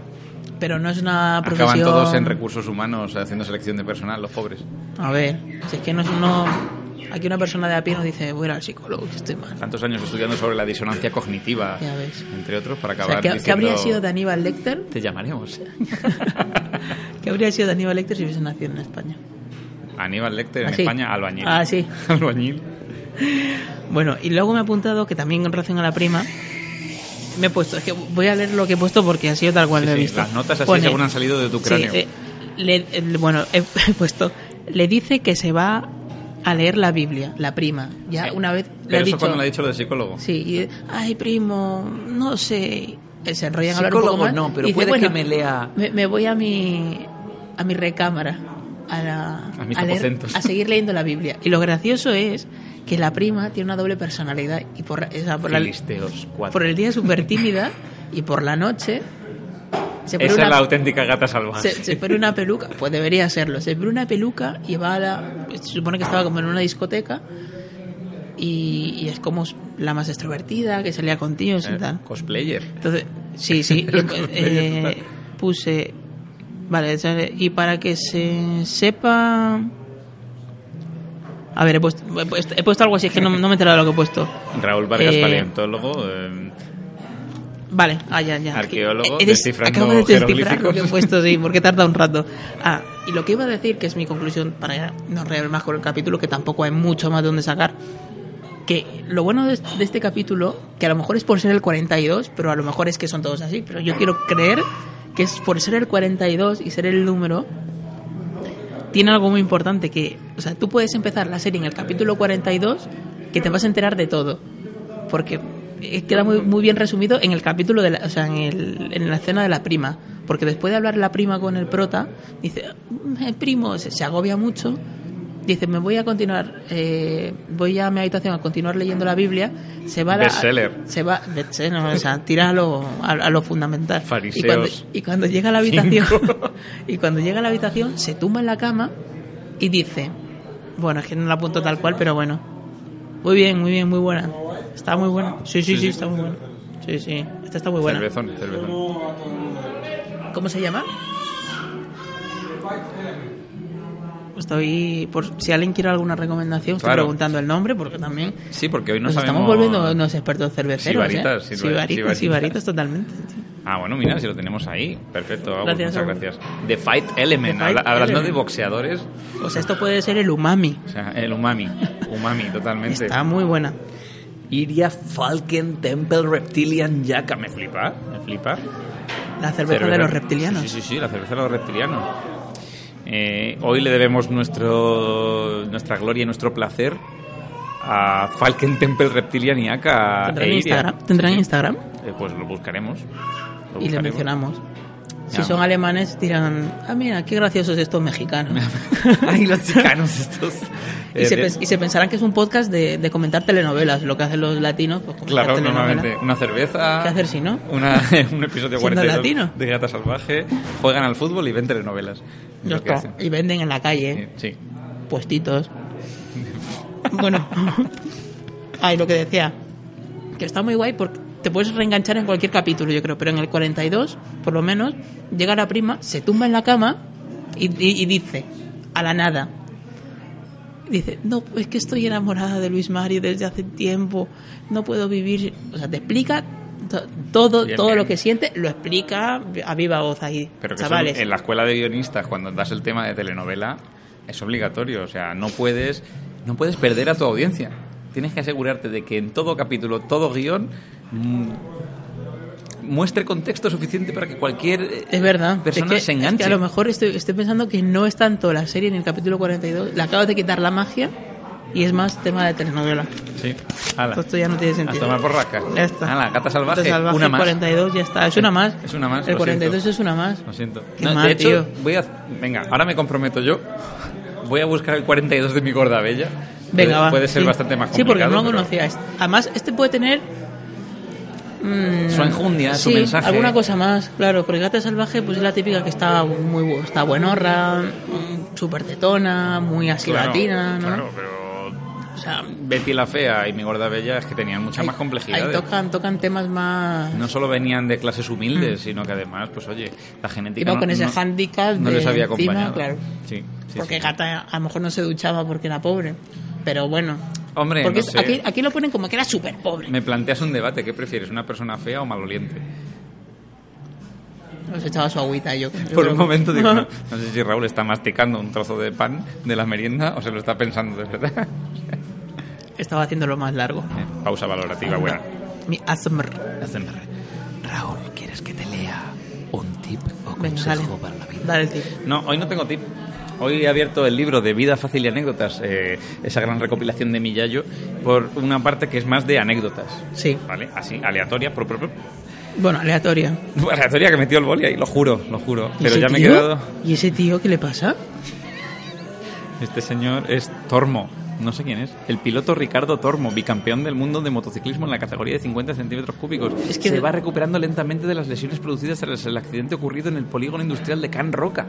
B: Pero no es una profesión...
A: Acaban todos en recursos humanos haciendo selección de personal, los pobres.
B: A ver, si es que no es uno... Aquí una persona de a pie nos dice, voy a ir al psicólogo, que estoy mal.
A: Tantos años estudiando sobre la disonancia cognitiva,
B: Ya ves.
A: entre otros, para
B: O
A: acabar
B: sea, ¿qué, qué habría
A: diciendo,
B: sido de Aníbal Lecter?
A: Te llamaremos.
B: ¿Qué habría sido de Aníbal Lecter si hubiese nacido en España?
A: Aníbal Lecter en
B: Ah, sí.
A: España, albañil.
B: Ah, sí.
A: albañil.
B: Bueno, y luego me he apuntado que también en relación a la prima me he puesto, es que voy a leer lo que he puesto porque ha sido tal cual
A: Sí,
B: lo he
A: sí,
B: visto.
A: las notas así
B: Pone-
A: según han salido de tu cráneo.
B: Sí, eh, le- el- bueno, he, he puesto, le dice que se va a leer la Biblia, la prima. Ya
A: Eh,
B: una vez le
A: Pero
B: ha
A: eso
B: dicho.
A: cuando lo ha dicho lo del psicólogo.
B: Sí, y, ay, primo, no sé. Eh, Se enrollan a hablar un
A: Psicólogo
B: poco más.
A: no, pero
B: y dice,
A: puede
B: bueno,
A: que me lea".
B: Me, me voy a mi, a mi recámara, a, la-
A: A mis
B: leer-
A: aposentos.
B: a seguir leyendo la Biblia. Y lo gracioso es que la prima tiene una doble personalidad. Y por, o sea, por, la-
A: Filisteos cuatro.
B: por el día es súper tímida y por la noche se pone
A: Esa es la
B: una
A: auténtica gata salvaje.
B: se, se pone una peluca, pues debería serlo. Se pone una peluca y va a la. Se supone que estaba como en una discoteca y, y es como la más extrovertida, que salía con tíos y
A: Eh,
B: tal.
A: Cosplayer.
B: Entonces, sí, sí. y, eh, puse. Vale, esa- y para que se sepa. A ver, he puesto, he puesto- he puesto algo así, es que no, no me he enterado de lo que he puesto.
A: Raúl Vargas,
B: Eh,
A: paleontólogo. eh,
B: Vale, ah, ya, ya.
A: Arqueólogo,
B: Eh,
A: descifrando
B: acabo de descifrar lo
A: jeroglíficos.
B: que he puesto, sí, porque tarda un rato. Ah, y lo que iba a decir, que es mi conclusión, para ya no reír más con el capítulo, que tampoco hay mucho más donde sacar, que lo bueno de, de este capítulo, que a lo mejor es por ser el 42, pero a lo mejor es que son todos así, pero yo quiero creer que es por ser el 42 y ser el número, tiene algo muy importante, que, o sea, tú puedes empezar la serie en el capítulo 42, que te vas a enterar de todo porque eh, queda muy, muy bien resumido en el capítulo de la, o sea, en, el- en la escena de la prima porque después de hablar la prima con el prota dice "Mm, el primo se, se agobia mucho dice me voy a continuar eh, voy a mi habitación a continuar leyendo la Biblia se va a la-
A: Bestseller.
B: se va bestseller, o sea tira a lo, a, a lo fundamental
A: Fariseos.
B: y cuando, y cuando llega a la habitación y cuando llega a la habitación se tumba en la cama y dice bueno es que no la apunto tal cual pero bueno muy bien, muy bien, muy buena. Está muy buena. Sí, sí, sí, está muy buena. Sí, sí. Esta está muy buena.
A: Cervezón, cervezón.
B: ¿Cómo se llama? Estoy por si alguien quiere alguna recomendación, estoy
A: Claro.
B: preguntando el nombre porque también
A: Sí, porque hoy no
B: nos
A: sabemos...
B: estamos volviendo unos expertos cerveceros,
A: Sibaritas,
B: ¿eh?
A: sibaritas,
B: Sibaritas,
A: sibaritas.
B: sibaritas totalmente. tío.
A: Ah, bueno, mira, si lo tenemos ahí. Perfecto, vamos,
B: Gracias,
A: muchas
B: Raúl.
A: gracias. The Fight Element.
B: The Fight
A: habla- hablando
B: Element.
A: de boxeadores,
B: O sea, esto puede ser el umami.
A: o sea, el umami. Umami, totalmente.
B: Está muy buena.
A: Iria Falken Temple Reptilian Yaka. Me flipa, me flipa.
B: La cerveza de los reptilianos.
A: Sí, sí, sí, la cerveza de los reptilianos. Eh, hoy le debemos nuestro, nuestra gloria y nuestro placer a Falken Temple Reptilian y Aka.
B: ¿Tendrán
A: e Iria.
B: Instagram? ¿Tendrán Instagram?
A: Eh, pues lo buscaremos. Lo
B: Y le
A: buscaremos.
B: mencionamos. Si
A: Ya.
B: son alemanes dirán, ah, mira, qué graciosos estos mexicanos.
A: Ay, los chicanos estos.
B: y,
A: Eh,
B: se
A: de-
B: pens- y se pensarán que es un podcast de, de comentar telenovelas, lo que hacen los latinos. Pues, comentar
A: Claro,
B: telenovelas.
A: normalmente. Una cerveza.
B: ¿Qué hacer si no?
A: una- un episodio
B: Siendo
A: 42
B: latino.
A: de Gata Salvaje. Juegan al fútbol y ven telenovelas. Es
B: Ya
A: lo que
B: está.
A: hacen.
B: Y venden en la calle,
A: Eh, Sí.
B: puestitos. bueno. Ay, lo que decía. Que está muy guay porque te puedes reenganchar en cualquier capítulo, yo creo. Pero en el 42, por lo menos, llega la prima, se tumba en la cama y, y- y dice, a la nada. Dice, no, es que estoy enamorada de Luis Mario desde hace tiempo, no puedo vivir. O sea, te explica to- todo,
A: Bien,
B: todo
A: bien.
B: lo que siente, lo explica a viva voz ahí.
A: Pero que eso
B: Chavales.
A: en la escuela de guionistas, cuando das el tema de telenovela, es obligatorio. O sea, no puedes, no puedes perder a tu audiencia. Tienes que asegurarte de que en todo capítulo, todo guión, mm, muestre contexto suficiente para que cualquier eh,
B: Es verdad.
A: persona
B: es que,
A: se enganche.
B: es que a lo mejor estoy, estoy pensando que no es tanto la serie en el capítulo 42. Le acabas de quitar la magia y es más tema de telenovela.
A: Sí. Hala.
B: Esto ya no tiene
A: A
B: sentido.
A: tomar por rasca.
B: Ya está.
A: Hala, gata salvaje.
B: Gata salvaje,
A: una más.
B: 42 ya está. Es una más.
A: Es una más,
B: El
A: lo
B: 42
A: siento.
B: es una más.
A: Lo siento.
B: Qué
A: No,
B: mal,
A: de hecho,
B: tío.
A: voy a. Venga, ahora me comprometo yo. Voy a buscar el 42 de mi gorda bella.
B: Venga,
A: puede,
B: va.
A: Puede ser
B: sí.
A: bastante más
B: Sí,
A: complicado.
B: porque no lo
A: pero
B: conocía. Este- Además, este puede tener. mm,
A: Su enjundia, su
B: sí,
A: mensaje.
B: alguna cosa más, claro, porque Gata Salvaje pues es la típica que está muy bu- está buenorra, mm, súper tetona, muy así
A: Claro,
B: latina, ¿no?
A: Claro, pero.
B: O sea,
A: Betty la Fea y mi gorda bella es que tenían mucha más complejidad. ¿eh?
B: Ahí tocan, tocan temas más.
A: No solo venían de clases humildes, sino que además, pues oye, la genética.
B: Mm. Iba
A: no,
B: con ese
A: no-
B: hándicap
A: no
B: de
A: les había
B: encima,
A: acompañado.
B: claro.
A: Sí, sí,
B: porque
A: sí.
B: Gata a lo mejor no se duchaba porque era pobre. Pero bueno.
A: Hombre,
B: porque
A: no
B: es-
A: sé.
B: aquí, aquí lo ponen como que era súper pobre.
A: Me planteas un debate. ¿Qué prefieres, una persona fea o maloliente?
B: Nos echaba su agüita yo. yo
A: Por un
B: creo que-
A: momento digo, no, no sé si Raúl está masticando un trozo de pan de la merienda o se lo está pensando de verdad.
B: Estaba haciéndolo más largo.
A: Eh, Pausa valorativa, buena.
B: Mi ASMR.
D: Raúl, ¿quieres que te lea un tip o
B: Venga,
D: consejo
B: dale.
D: para la vida?
B: Dale el tip.
A: No, hoy no tengo tip. Hoy he abierto el libro de Vida Fácil y Anécdotas, eh, esa gran recopilación de Millayo, por una parte que es más de anécdotas.
B: Sí.
A: ¿Vale? Así, aleatoria, pro, pro, pro.
B: Bueno, aleatoria.
A: Aleatoria que metió el boli ahí, lo juro, lo juro.
B: ¿Y
A: Pero
B: ese
A: ya me he
B: tío?
A: quedado.
B: ¿Y ese tío qué le pasa?
A: Este señor es Tormo, no sé quién es. El piloto Ricardo Tormo, bicampeón del mundo de motociclismo en la categoría de 50 centímetros cúbicos.
B: Es que-
A: se va recuperando lentamente de las lesiones producidas tras el accidente ocurrido en el polígono industrial de Can Roca.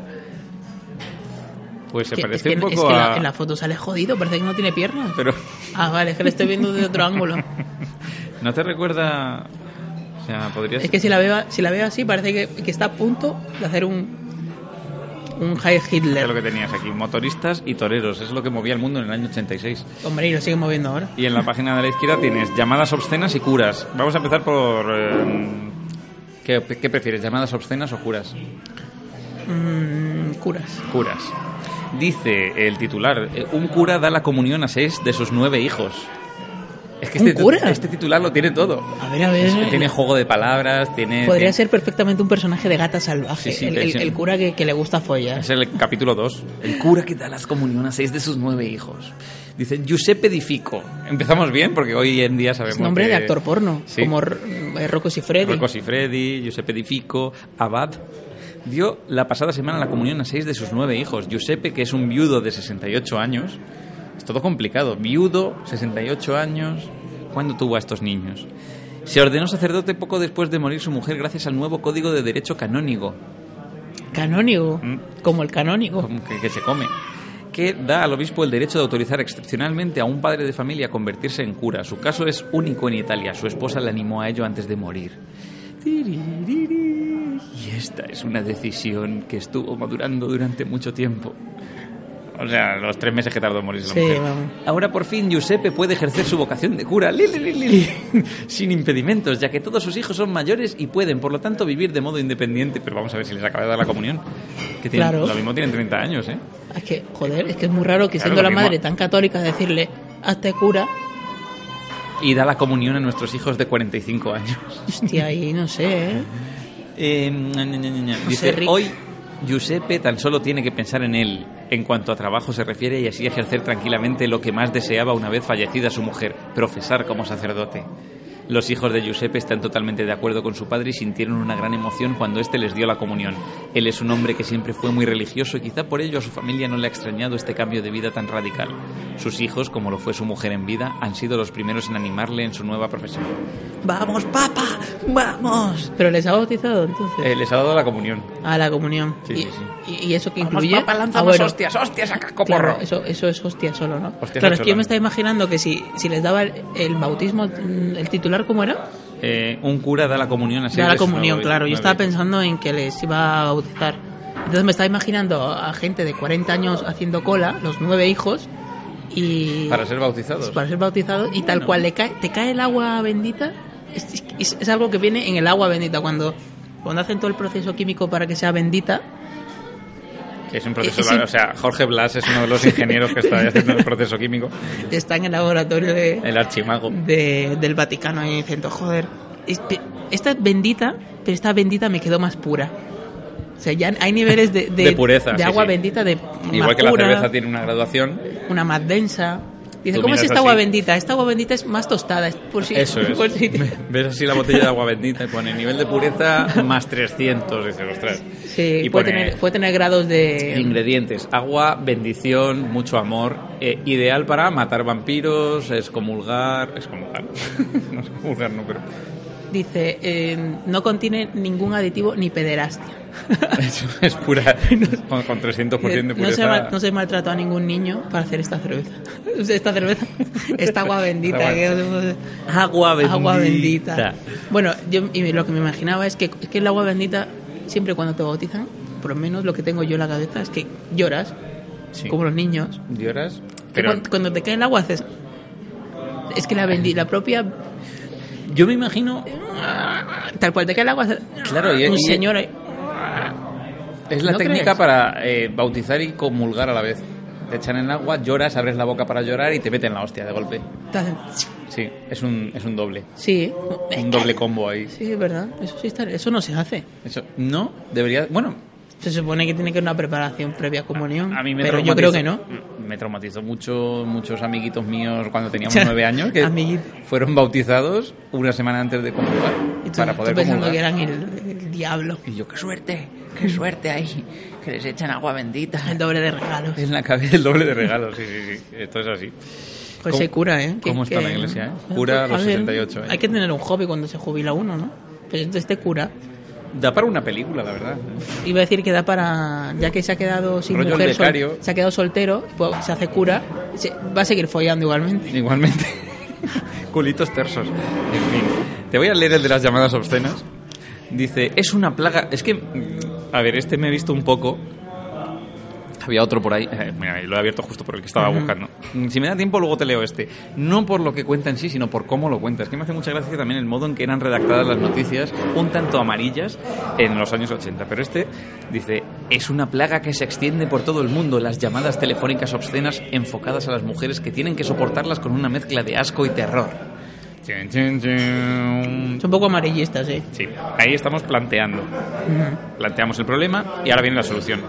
A: Pues se
B: Que- es
A: parece
B: que,
A: un poco
B: es que la-
A: a.
B: en la foto sale jodido, parece que no tiene piernas.
A: Pero
B: Ah, vale, es que le estoy viendo de otro ángulo.
A: no te recuerda. O sea, podría
B: Es
A: ser.
B: que si la veo, si la veo así, parece que, que está a punto de hacer un. Un High
A: Es lo
B: Hitler.
A: que tenías aquí, motoristas y toreros. Es lo que movía el mundo en el año 86.
B: Hombre, y lo siguen moviendo ahora.
A: Y en la página de la izquierda tienes llamadas obscenas y curas. Vamos a empezar por... eh, ¿qué, qué prefieres, llamadas obscenas o curas?
B: Mm, curas.
A: Curas. Dice el titular, eh, un cura da la comunión a seis de sus nueve hijos. Es que
B: ¿Un
A: este, tu-
B: cura?
A: este titular lo tiene todo.
B: A ver, a ver.
A: Es que tiene juego de palabras, tiene...
B: Podría
A: tiene-
B: ser perfectamente un personaje de gata salvaje.
A: Sí, sí,
B: el,
A: te
B: el-
A: dicen-
B: el cura que, que le gusta follar.
A: Es el capítulo 2. El cura que da las comunión a seis de sus nueve hijos. Dice Giuseppe Di Fico. Empezamos bien porque hoy en día sabemos
B: Es nombre
A: que-
B: de actor porno.
A: Sí.
B: Como R- eh, Rocco Siffredi.
A: Rocco Freddy, Giuseppe Di Fico, Abad. Dio la pasada semana la comunión a seis de sus nueve hijos. Giuseppe, que es un viudo de 68 años. Es todo complicado. Viudo, 68 años. ¿Cuándo tuvo a estos niños? Se ordenó sacerdote poco después de morir su mujer gracias al nuevo código de derecho canónigo,
B: Canónigo.
A: Mm.
B: Como el canónigo.
A: como que, que se come, que da al obispo el derecho de autorizar excepcionalmente a un padre de familia a convertirse en cura. Su caso es único en Italia. Su esposa le animó a ello antes de morir. Tiririri. Y esta es una decisión que estuvo madurando durante mucho tiempo. O sea, los tres meses que tardó en morir la
B: Sí,
A: mujer.
B: vamos.
A: Ahora por fin Giuseppe puede ejercer su vocación de cura li, li, li, li, li, sin impedimentos, ya que todos sus hijos son mayores y pueden, por lo tanto, vivir de modo independiente. Pero vamos a ver si les acaba de dar la comunión. Que tienen-
B: Claro.
A: Lo mismo tienen 30 años, ¿eh?
B: Es que, joder, es que es muy raro que
A: Claro,
B: siendo
A: lo
B: la
A: mismo-
B: madre tan católica decirle hazte cura.
A: Y da la comunión a nuestros hijos de 45 años.
B: Hostia, ahí no sé, ¿eh?
A: Eh, ña, ña, ña, ña, ña.
B: No sé,
A: Dice,
B: Rick.
A: hoy Giuseppe tan solo tiene que pensar en él, en cuanto a trabajo se refiere y así ejercer tranquilamente lo que más deseaba una vez fallecida su mujer, profesar como sacerdote. Los hijos de Giuseppe están totalmente de acuerdo con su padre y sintieron una gran emoción cuando éste les dio la comunión. Él es un hombre que siempre fue muy religioso y quizá por ello a su familia no le ha extrañado este cambio de vida tan radical. Sus hijos, como lo fue su mujer en vida, han sido los primeros en animarle en su nueva profesión.
D: ¡Vamos, papá! ¡Vamos!
B: Pero les ha bautizado entonces.
A: Eh, les ha dado la comunión.
B: a la comunión.
A: Sí,
B: y,
A: sí, sí.
B: y- y eso que
D: ¡Vamos,
B: incluye.
D: papá!
B: Ah,
D: ¡Lánzanos
B: bueno,
D: hostias, hostias a
B: claro,
D: cacoporro!
B: eso, eso es hostia solo, ¿no?
A: Hostia
B: claro, es que
A: solo.
B: yo me estaba imaginando que si, si les daba el, el bautismo, mm, el titular, ¿cómo era?
A: Eh, un cura da la comunión a
B: Ya la
A: seres
B: comunión,
A: nueve-
B: claro. Yo estaba
A: nueve.
B: pensando en que les iba a bautizar. Entonces me estaba imaginando a gente de 40 años haciendo cola, los nueve hijos, y. pues,
A: Para ser bautizados.
B: para ser bautizados, y tal cual le cae, te cae el agua bendita. Es, es- es algo que viene en el agua bendita. Cuando, cuando hacen todo el proceso químico para que sea bendita,
A: Que es un proceso.
B: Es- es-
A: O sea, Jorge Blas es uno de los ingenieros que está haciendo el proceso químico.
B: está en el laboratorio de,
A: El archimago.
B: de- del Vaticano y diciendo, joder, es- pe- esta es bendita, pero esta bendita me quedó más pura. O sea, ya hay niveles de,
A: De pureza,
B: de
A: sí,
B: agua
A: sí.
B: bendita, de
A: Igual
B: más
A: que la
B: pura,
A: cerveza tiene una graduación,
B: una más densa. Dice,
A: Tú
B: ¿cómo es
A: miras
B: esta
A: así.
B: agua bendita? Esta agua bendita es más tostada. es por si,
A: Eso es.
B: por si-
A: Ves así la botella de agua bendita y pone nivel de pureza más 300. Dices, ostras.
B: Sí,
A: y pone
B: puede, tener, puede tener grados de...
A: ingredientes: agua, bendición, mucho amor. eh, ideal para matar vampiros, excomulgar. Excomulgar. no excomulgar, no, pero.
B: Dice, eh, no contiene ningún aditivo ni pederastia.
A: Eso es pura. Con, con 300% de
B: Eh, no, se
A: pureza.
B: mal- no se maltrató a ningún niño para hacer esta cerveza. O sea, esta cerveza, esta agua bendita.
A: Agua-
B: que-
A: Agua bendita.
B: Agua bendita. Bueno, yo y lo que me imaginaba es que, es que el agua bendita, siempre cuando te bautizan, por lo menos lo que tengo yo en la cabeza es que lloras,
A: Sí.
B: como los niños.
A: ¿Lloras?
B: Que
A: Pero
B: cuan- cuando, te cae el agua haces... Es que la bendi, la propia...
A: yo me imagino.
B: Tal cual te cae el agua haces...
A: Claro, y-
B: Un
A: y-
B: señor... ahí.
A: Es la
B: ¿No
A: técnica
B: crees?
A: para eh, bautizar y comulgar a la vez. Te echan en agua, lloras, abres la boca para llorar y te meten la hostia de golpe.
B: te hacen-
A: Sí, es un, es un doble.
B: Sí.
A: Un doble combo ahí.
B: Sí, es verdad. Eso, sí está, eso no se hace.
A: Eso, no, debería. Bueno,
B: Se supone que tiene que haber una preparación previa a comunión.
A: a mí me
B: pero yo creo
A: traumatizó-
B: que no.
A: Me traumatizó mucho, muchos amiguitos míos cuando teníamos
B: O sea,
A: nueve años que
B: amiguito.
A: fueron bautizados una semana antes de comulgar.
B: Y tú-
A: para
B: tú
A: poder
B: pensando
A: comulgar.
B: que eran el- el diablo.
D: Y yo, qué suerte, qué suerte ahí, que les echan agua bendita.
B: El doble de regalos.
A: En la cabeza el doble de regalos, sí, sí, sí. Esto es así.
B: José
A: ¿Cómo-
B: cura, ¿eh?
A: cómo está la iglesia, eh? Cura a los
B: A ver,
A: 68, eh.
B: Pues Hay que tener un hobby cuando se jubila uno, ¿no? Pues entonces este cura.
A: Da para una película, la verdad. ¿eh?
B: Iba a decir que da para. Ya que se ha quedado sin
A: Rollo el
B: mujer. sol-
A: becario.
B: se ha quedado soltero, pues se hace cura. se- va a seguir follando igualmente.
A: Igualmente. Culitos tersos. En fin. Te voy a leer el de las llamadas obscenas. Dice, es una plaga. Es que. mm, A ver, este me he visto un poco. Había otro por ahí. Eh, mira, lo he abierto justo por el que estaba buscando. Mm, Si me da tiempo, luego te leo este. No por lo que cuenta en sí, sino por cómo lo cuenta. Es que me hace mucha gracia también el modo en que eran redactadas las noticias, un tanto amarillas, en los años 80. Pero este dice: Es una plaga que se extiende por todo el mundo. Las llamadas telefónicas obscenas enfocadas a las mujeres que tienen que soportarlas con una mezcla de asco y terror. Chin, chin, chin.
B: Es un poco amarillistas, ¿eh?
A: Sí, ahí estamos planteando
B: Ujú.
A: planteamos el problema y ahora viene la solución.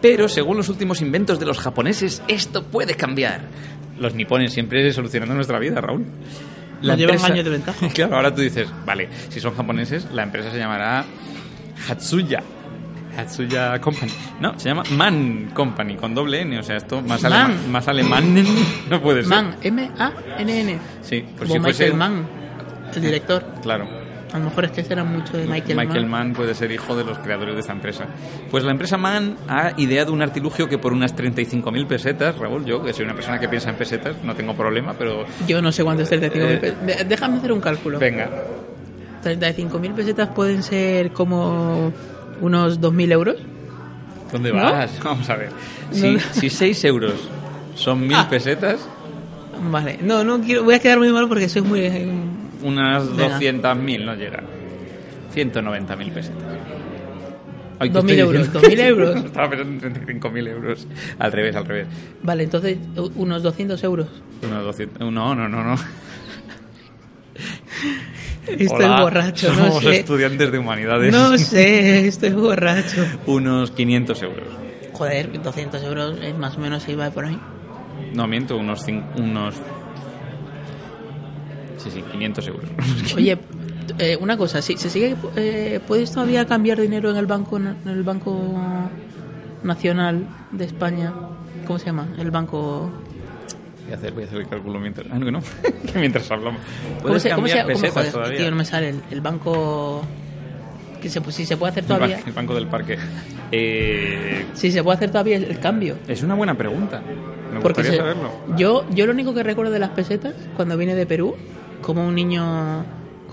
A: Pero según los últimos inventos de los japoneses, esto puede cambiar. Los nipones siempre solucionando nuestra vida, Raúl.
B: Nos llevan años de ventaja.
A: Claro, ahora tú dices, vale, si son japoneses, la empresa se llamará Hatsuya. Hatsuya Company. No, se llama Man Company, con doble N. O sea, esto más,
B: Man.
A: alema- más alemán no puede ser.
B: Man, M-A-N-N.
A: Sí, por
B: Como
A: Pues si fuese...
B: Michael Mann, el director.
A: Claro.
B: A lo mejor es que será mucho de Michael,
A: Michael
B: Mann.
A: Mann puede ser hijo de los creadores de esta empresa. Pues la empresa Mann ha ideado un artilugio que por unas 35.000 pesetas, Raúl, yo que soy una persona que piensa en pesetas, no tengo problema, pero
B: Yo no sé cuánto es 35.000
A: Eh,
B: pesetas. Déjame hacer un cálculo.
A: venga.
B: 35.000 pesetas pueden ser como unos 2.000 euros.
A: ¿Dónde
B: ¿No?
A: vas? Vamos a ver. Si,
B: No.
A: 6 euros son 1.000
B: Ah.
A: pesetas,
B: Vale, no, no quiero, voy a quedar muy mal porque soy muy...
A: unas
B: Venga.
A: 200.000 no llega. 190.000 pesetas. Ay, ¿qué
B: 2.000
A: estoy
B: euros,
A: diciendo?
B: 2.000 euros.
A: Estaba pensando en 35.000 euros. Al revés, al revés.
B: Vale, entonces u- unos 200 euros.
A: Unos 200 No, no, no, no.
B: Estoy
A: Hola,
B: borracho, no
A: somos
B: sé.
A: estudiantes de humanidades.
B: No sé, estoy borracho.
A: Unos 500 euros.
B: joder, 200 euros es más o menos se iba por ahí.
A: No, miento, unos... cin- unos... Sí, sí, 500 euros.
B: Oye, eh, una cosa, si se sigue, eh, ¿puedes todavía cambiar dinero en el banco, en el banco nacional de España? ¿Cómo se llama? El banco.
A: Voy a hacer, voy a hacer el cálculo mientras... Ah, no, que no. que mientras hablamos.
B: ¿Cómo
A: Puedes
B: se, cómo se-
A: cambiar
B: cómo-
A: pesetas
B: joder,
A: todavía.
B: tío, no me sale el, el banco. Que se, pues, si se puede hacer
A: El
B: todavía.
A: ba- el banco del parque. Eh,
B: Si se puede hacer todavía el, el cambio.
A: es una buena pregunta. Me
B: Porque
A: gustaría
B: se-
A: saberlo.
B: Yo, yo lo único que recuerdo de las pesetas, cuando vine de Perú, como un niño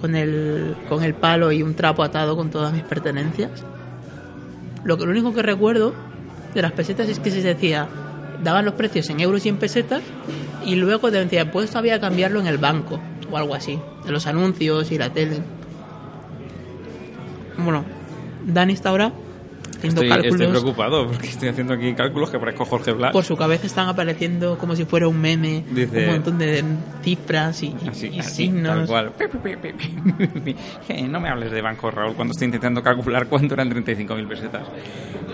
B: con el, con el palo y un trapo atado con todas mis pertenencias, lo, que- lo único que recuerdo de las pesetas es que se decía, daban los precios en euros y en pesetas, y luego te decía, pues todavía cambiarlo en el banco, o algo así, en los anuncios y la tele. Bueno, Dani está ahora haciendo
A: Estoy,
B: cálculos.
A: estoy preocupado porque estoy haciendo aquí cálculos que parezco Jorge Blas.
B: Por su cabeza están apareciendo como si fuera un meme,
A: Dice-
B: un montón de cifras y, y-
A: Así, así,
B: y
A: tal
B: signos.
A: cual. Eh, no me hables de banco, Raúl, cuando estoy intentando calcular cuánto eran 35.000 pesetas.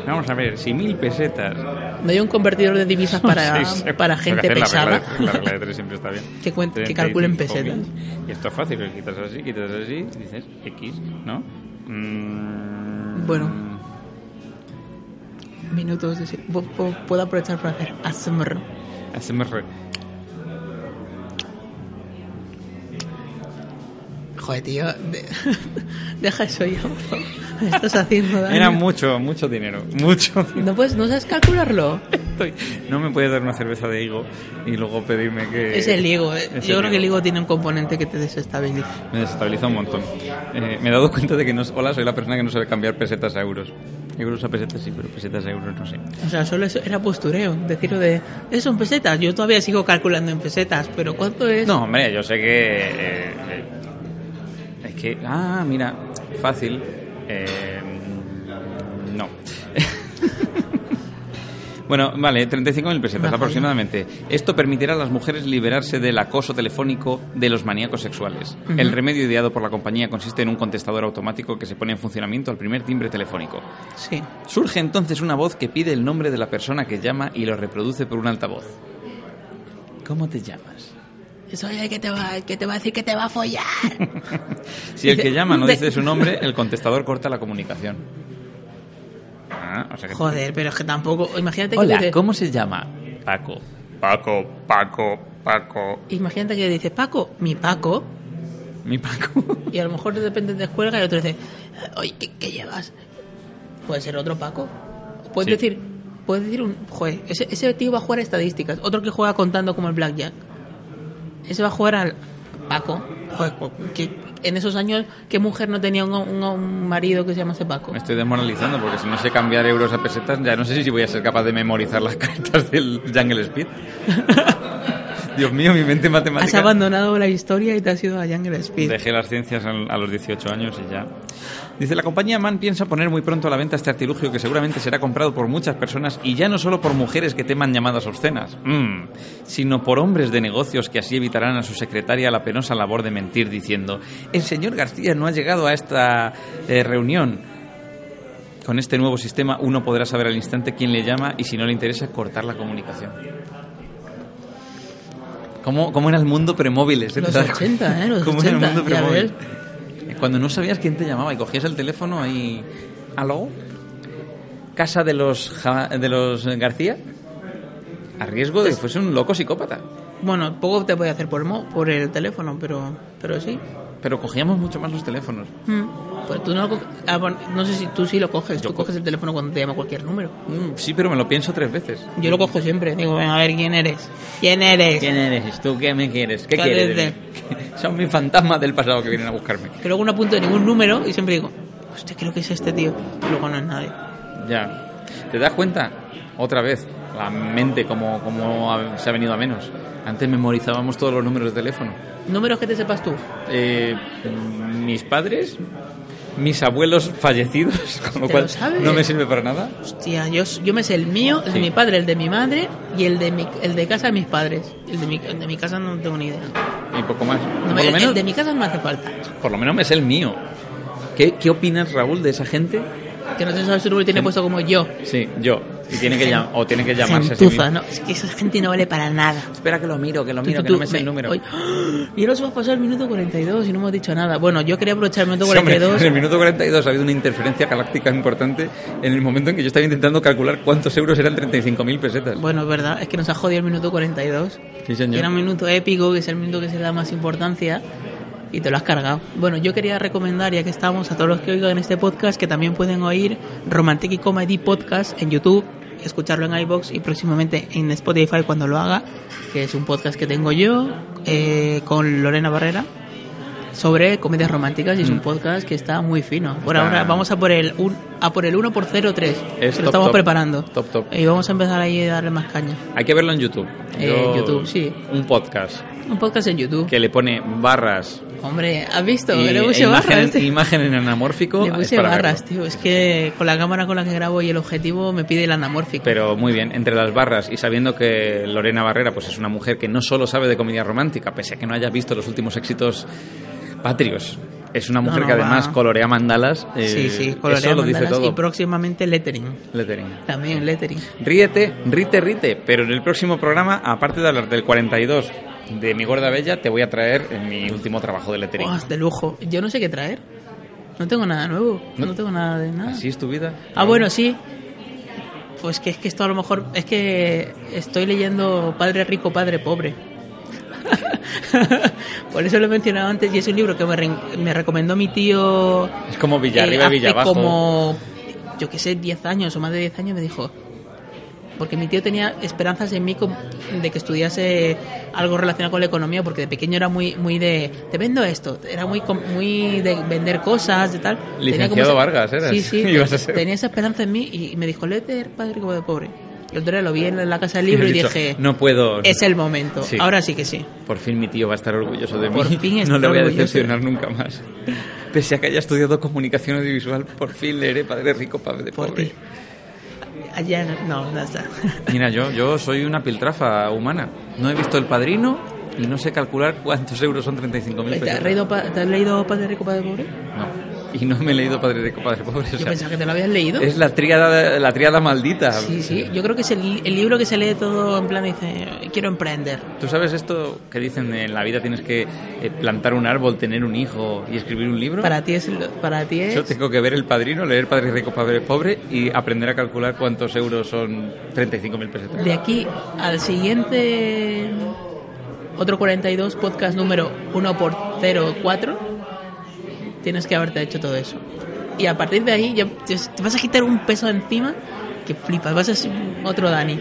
A: Vamos a ver, si 1.000 pesetas...
B: No hay un convertidor de divisas para,
A: Sí, sí.
B: para
A: Tengo que
B: gente
A: hacer la regla
B: pesada.
A: de- La regla de tres siempre está bien.
B: Que cuen- que
A: 35.000.
B: calculen pesetas.
A: Y esto es fácil, que quitas así, quitas así, y dices X, ¿no? Mm,
B: Bueno. Minutos. de si- pu- pu- Puedo aprovechar para hacer ASMR.
A: hacemos re-
B: Joder, tío. de- Deja eso ya, por favor. Me estás haciendo daño.
A: Era mucho, mucho dinero. Mucho dinero.
B: No, puedes, no sabes calcularlo.
A: Estoy- No me puedes dar una cerveza de higo y luego pedirme que...
B: es el higo. eh.
A: Es
B: Yo creo que el
A: higo.
B: higo tiene un componente que te desestabiliza.
A: Me desestabiliza un montón. Eh, me he dado cuenta de que no, hola, soy la persona que no sabe cambiar pesetas a euros. Euros a pesetas sí, pero pesetas a euros no sé.
B: O sea, solo eso era postureo. Decirlo de. Eso en pesetas. Yo todavía sigo calculando en pesetas, pero ¿cuánto es?
A: No, hombre, yo sé que... eh, eh, es que... Ah, mira, fácil. Eh, no. Bueno, vale, 35.000 pesetas
B: Baja,
A: aproximadamente. Esto permitirá a las mujeres liberarse del acoso telefónico de los maníacos sexuales.
B: Ujú.
A: El remedio ideado por la compañía consiste en un contestador automático que se pone en funcionamiento al primer timbre telefónico.
B: Sí.
A: Surge entonces una voz que pide el nombre de la persona que llama y lo reproduce por un altavoz. ¿Cómo te llamas?
B: Soy el que te va, el que te va a decir que te va a follar.
A: Si el que llama no dice su nombre, el contestador corta la comunicación. Ah, o sea que-
B: Joder, pero es que tampoco. Imagínate que.
A: Hola,
B: dices-
A: ¿cómo se llama? Paco.
E: Paco, Paco, Paco.
B: Imagínate que dices Paco, mi Paco,
A: Mi Paco.
B: y a lo mejor de repente te cuelga y otro dice, oye, ¿qué, qué llevas? Puede ser otro Paco. Puedes
A: Sí.
B: decir, puedes decir un. Joder, ese, ese tío va a jugar a estadísticas. Otro que juega contando como el Blackjack. Ese va a jugar al Paco. Joder, pues, que en esos años, ¿qué mujer no tenía un, un- un marido que se llamase Paco?
A: Me estoy desmoralizando porque si no sé cambiar euros a pesetas, ya no sé si voy a ser capaz de memorizar las cartas del Jungle Speed. Dios mío, mi mente
B: Has
A: matemática.
B: abandonado la historia y te has ido a Jungle Speed.
A: Dejé las ciencias al- a los 18 años y ya. Dice, la compañía Mann piensa poner muy pronto a la venta este artilugio que seguramente será comprado por muchas personas y ya no solo por mujeres que teman llamadas obscenas, Mm. sino por hombres de negocios que así evitarán a su secretaria la penosa labor de mentir diciendo, el señor García no ha llegado a esta eh, reunión. Con este nuevo sistema uno podrá saber al instante quién le llama y si no le interesa cortar la comunicación. ¿Cómo, cómo era el mundo premóviles? eh?
B: Los
A: ¿Te das
B: 80,
A: cuenta?
B: eh, los
A: ¿Cómo era el
B: 80,
A: mundo
B: ya
A: premóvil? Eh, Cuando no sabías quién te llamaba y cogías el teléfono y... ¿Aló? ¿Casa de los, Ja- de los García? A riesgo de
B: Pues
A: que fuese un loco psicópata.
B: Bueno, poco te puede hacer por, mo- por el teléfono, pero, pero sí.
A: Pero cogíamos mucho más los teléfonos.
B: Mm. Pues tú no lo coges. Ah, bueno, no sé si tú sí lo coges. tú coges el teléfono cuando te llama cualquier número.
A: Mm, sí, pero me lo pienso tres veces.
B: Yo lo cojo siempre. Digo, ven a ver quién eres. ¿Quién eres?
A: ¿Quién eres tú? ¿Qué me quieres? ¿Qué
B: ¿Cuál
A: quieres? de
B: es
A: mí? Son mis fantasmas del pasado que vienen a buscarme.
B: Que luego no apunto ningún número y siempre digo, hostia, creo que es este tío. Y luego no es nadie.
A: Ya. ¿Te das cuenta? Otra vez, la mente como, como ha- se ha venido a menos. Antes memorizábamos todos los números de teléfono.
B: Números que te sepas tú.
A: Eh, mis padres, mis abuelos fallecidos, con lo
B: ¿Te
A: cual
B: lo sabes?
A: no me sirve para nada.
B: Hostia, yo, s- yo me sé el mío, el
A: Sí.
B: de mi padre, el de mi madre y el de, mi, el de casa de mis padres. El de mi, el de mi casa no tengo ni idea.
A: Y poco más.
B: No,
A: por,
B: el,
A: lo
B: el
A: menos,
B: de mi casa no me hace falta.
A: por lo menos me es el mío. ¿Qué, ¿Qué opinas, Raúl, de esa gente?
B: Que no te sabes su número y tiene puesto como yo.
A: Sí, yo. Y tiene que llam- o tiene que llamarse así.
B: Gentuza, ¿no? Es que esa gente no vale para nada.
A: Espera que lo miro, que lo miro,
B: Tú,
A: que
B: tú,
A: no me sé
B: ve,
A: el número.
B: oye, ¡ah! y ahora se va a pasar el minuto 42 y no hemos dicho nada. Bueno, yo quería aprovechar el minuto
A: Sí, hombre,
B: 42.
A: en el minuto 42 ha habido una interferencia galáctica importante en el momento en que yo estaba intentando calcular cuántos euros eran 35.000 pesetas.
B: Bueno, es verdad, es que nos ha jodido el minuto 42.
A: Sí,
B: Que era un
A: señor.
B: minuto épico, que es el minuto que se le da más importancia. Y te lo has cargado. Bueno, yo quería recomendar, ya que estamos, a todos los que oigan este podcast, que también pueden oír Romantic y Comedy Podcast en YouTube, escucharlo en iBox y próximamente en Spotify cuando lo haga, que es un podcast que tengo yo eh, con Lorena Barrera sobre comedias románticas y es un podcast que está muy fino. Por
A: Mm. Está-
B: ahora vamos a por el un, a por el 1 por 03 que
A: Es top,
B: lo estamos
A: top.
B: preparando.
A: Top, top.
B: Y vamos a empezar ahí a darle más caña.
A: Hay que verlo en YouTube.
B: Eh, YouTube, sí.
A: Un podcast
B: Un podcast en YouTube.
A: que le pone barras
B: Hombre, ¿has visto?
A: y-
B: Le
A: e
B: puse
A: imagen,
B: barras. tío.
A: imagen en anamórfico.
B: Le
A: es
B: puse
A: para
B: barras,
A: verlo.
B: tío. Es que con la cámara con la que grabo y el objetivo me pide el anamórfico.
A: Pero muy bien, entre las barras y sabiendo que Lorena Barrera pues es una mujer que no solo sabe de comedia romántica, pese a que no haya visto los últimos éxitos patrios. Es una
B: No,
A: mujer
B: no,
A: que además
B: va.
A: colorea mandalas. eh,
B: sí, sí, colorea
A: eso lo dice
B: mandalas
A: todo.
B: y próximamente lettering.
A: Lettering.
B: También lettering.
A: Ríete, rite, rite. Pero en el próximo programa, aparte de hablar del 42 de Mi Gorda Bella, te voy a traer mi último trabajo de lettering.
B: Buah, de lujo. Yo no sé qué traer. No tengo nada nuevo. No,
A: No-
B: tengo nada de nada.
A: ¿Así es tu vida?
B: Ah, bueno, sí. Pues que es que esto a lo mejor. Es que estoy leyendo Padre Rico, Padre Pobre. Por eso lo he mencionado antes y es un libro que me, re- me recomendó mi tío.
A: Es como
B: eh,
A: Villarriba,
B: hace
A: Villabajo.
B: como. Yo qué sé, 10 años o más de 10 años me dijo. Porque mi tío tenía esperanzas en mí como- de que estudiase algo relacionado con la economía, porque de pequeño era muy muy de. Te vendo esto. Era muy com- muy de vender cosas, de tal. Tenía como
A: Licenciado
B: esa-
A: Vargas eras.
B: Sí, sí.
A: Ibas a ser.
B: Tenía esa esperanza en mí y me dijo, léete Padre Rico de Pobre. Y el otro día lo vi en la casa del libro
A: He
B: y
A: dicho,
B: dije,
A: No puedo.
B: es el momento.
A: Sí.
B: Ahora sí que sí.
A: Por fin mi tío va a estar orgulloso de mí.
B: Por fin
A: no
B: está
A: le voy a
B: orgulloso.
A: decepcionar nunca más. Pese a que haya estudiado comunicación audiovisual, por fin leeré Padre Rico, Padre
B: Por
A: Pobre.
B: ti. Allá no, no está.
A: Mira, yo, yo soy una piltrafa humana. No he visto El Padrino y no sé calcular cuántos euros son 35.000
B: ¿Te
A: pesetas.
B: has, leído, pa- te has leído Padre Rico, Padre Pobre?
A: No. Y no me he leído Padre Rico, Padre Pobre. o
B: Yo
A: sea,
B: pensaba que te lo habías leído.
A: Es la tríada, la tríada maldita.
B: Sí, sí. Yo creo que es el, el libro que se lee todo en plan dice, quiero emprender.
A: Tú sabes esto que dicen en la vida tienes que eh, plantar un árbol, tener un hijo y escribir un libro.
B: Para ti es... lo- Para ti es...
A: Yo tengo que ver El Padrino, leer Padre Rico, Padre Pobre y aprender a calcular cuántos euros son 35.000 pesetas.
B: De aquí al siguiente otro 42 podcast número 1 por 04 tienes que haberte hecho todo eso. Y a partir de ahí ya te te vas a quitar un peso de encima que flipas, vas a ser otro Dani.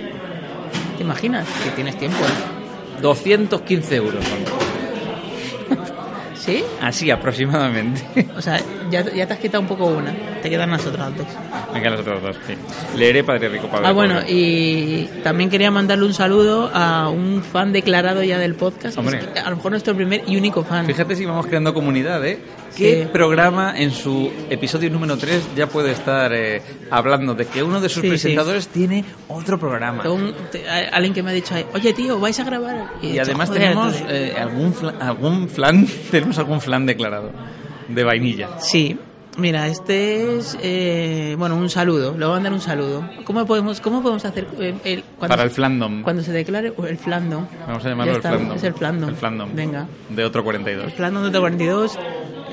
B: ¿Te imaginas? Que tienes tiempo. ¿eh?
A: 215 euros son.
B: ¿Sí?
A: Así aproximadamente.
B: O sea, ya, ya te has quitado un poco una, te quedan las otras dos.
A: Venga, las otras dos. sí. Leeré Padre Rico, Padre
B: Ah, bueno,
A: Pobre.
B: y también quería mandarle un saludo a un fan declarado ya del podcast.
A: Hombre.
B: que es a lo mejor nuestro primer y único fan.
A: Fíjate si vamos creando comunidad, ¿eh? ¿Qué
B: Sí.
A: programa en su episodio número 3 ya puede estar eh, hablando de que uno de sus
B: Sí, sí.
A: presentadores tiene otro programa?
B: Un- te- a- alguien que me ha dicho, ahí, oye tío, vais a grabar. he
A: Y
B: dicho,
A: además
B: "Joder,
A: tenemos
B: tío".
A: eh, algún, fla- algún flan, tenemos algún flan declarado de vainilla.
B: Sí, mira, este es, eh, bueno, un saludo, le voy a mandar un saludo. ¿Cómo podemos, cómo podemos hacer eh, el, cuando,
A: para el flandom.
B: cuando se declare el flandom?
A: Vamos a
B: Ya
A: llamarlo
B: está,
A: el flandom.
B: Es el flandom.
A: El flandom.
B: Venga.
A: De otro 42.
B: Plan de 42.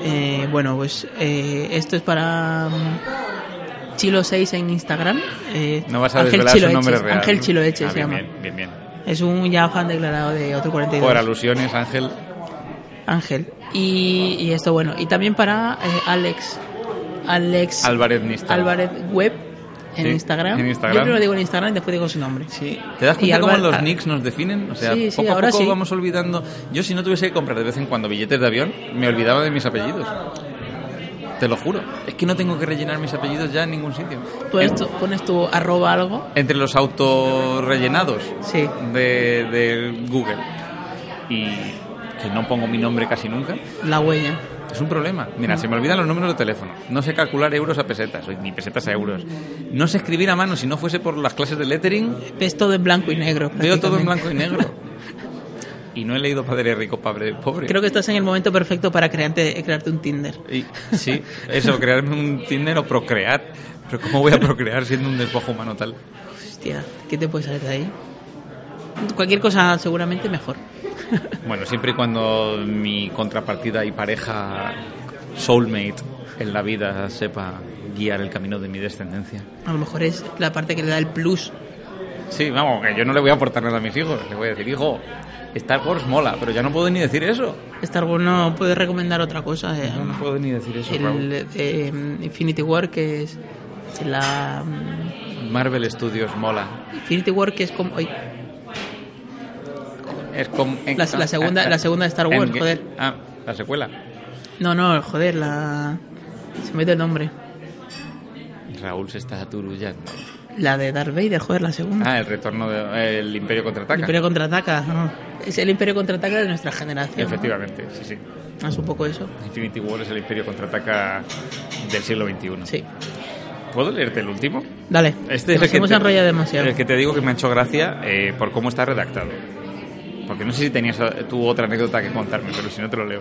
B: eh, bueno, pues eh, esto es para mm, Chilo6 en Instagram. eh,
A: No vas a
B: Ángel
A: desvelar
B: Chilo
A: su nombre
B: Eches,
A: real.
B: Ángel Chilo Eches
A: Ah,
B: se
A: bien,
B: llama.
A: Bien, bien, bien.
B: Es un ya fan declarado de otro 42.
A: Por alusiones, Ángel.
B: Ángel. Y, y esto, bueno. Y también para eh, Alex. Alex
A: Álvarez Nista.
B: Álvarez Web en,
A: Sí,
B: Instagram.
A: en Instagram.
B: Yo primero digo en Instagram y después digo su nombre.
A: Sí. ¿Te das
B: Y
A: cuenta cómo
B: Álvar-
A: los
B: ah.
A: nicks nos definen? O sea,
B: Sí, sí,
A: poco a
B: ahora
A: poco
B: sí.
A: vamos olvidando. Yo, si no tuviese que comprar de vez en cuando billetes de avión, me olvidaba de mis apellidos. Te lo juro. Es que no tengo que rellenar mis apellidos ya en ningún sitio.
B: ah, Tú eres tu- pones tu arroba algo.
A: Entre los autorrellenados.
B: Sí.
A: de, de Google y que no pongo mi nombre casi nunca,
B: La huella.
A: es un problema.
B: Mm.
A: Mira, se me olvidan los números de teléfono. No sé calcular euros a pesetas, o ni pesetas a euros. No sé escribir a mano si no fuese por las clases de lettering.
B: Ves todo en blanco y negro.
A: Veo todo en
B: prácticamente.
A: blanco y negro. Y no he leído Padre Rico, Padre Pobre.
B: Creo que estás en el momento perfecto para crearte, crearte un Tinder.
A: Y- sí, eso, crearme un Tinder o procrear. Pero ¿cómo voy a procrear siendo un despojo humano tal?
B: Hostia, ¿qué te puede salir de ahí? Cualquier cosa seguramente mejor.
A: Bueno, siempre y cuando mi contrapartida y pareja soulmate en la vida sepa guiar el camino de mi descendencia.
B: A lo mejor es la parte que le da el plus.
A: Sí, vamos, que yo no le voy a aportar nada a mis hijos. Le voy a decir, hijo, Star Wars mola, pero ya no puedo ni decir eso.
B: Star Wars no puede recomendar otra cosa. eh.
A: No, no puedo ni decir eso,
B: el eh, Infinity War que es la mm,
A: Raúl. Marvel Studios mola.
B: Infinity War que es como ay,
A: Es como... ah,
B: La- la segunda- la segunda de Star Wars,
A: Endgame.
B: joder.
A: Ah, la secuela.
B: no no joder la se me ha ido el nombre
A: Raúl se está aturullando.
B: la de Darth Vader joder la segunda
A: Ah, el retorno del Imperio
B: el
A: Contraataca.
B: Imperio contraataca no. es el Imperio contraataca de nuestra generación ¿no?
A: Efectivamente, sí, sí.
B: es un poco eso
A: Infinity War es el Imperio Contraataca del siglo XXI.
B: sí
A: ¿Puedo leerte el último?
B: dale
A: Este es
B: que
A: el
B: nos
A: que
B: hemos
A: te-
B: enrollado demasiado
A: El que te digo que me ha hecho gracia eh, por cómo está redactado. Porque no sé si tenías eh, tú otra anécdota que contarme, pero si no te lo leo.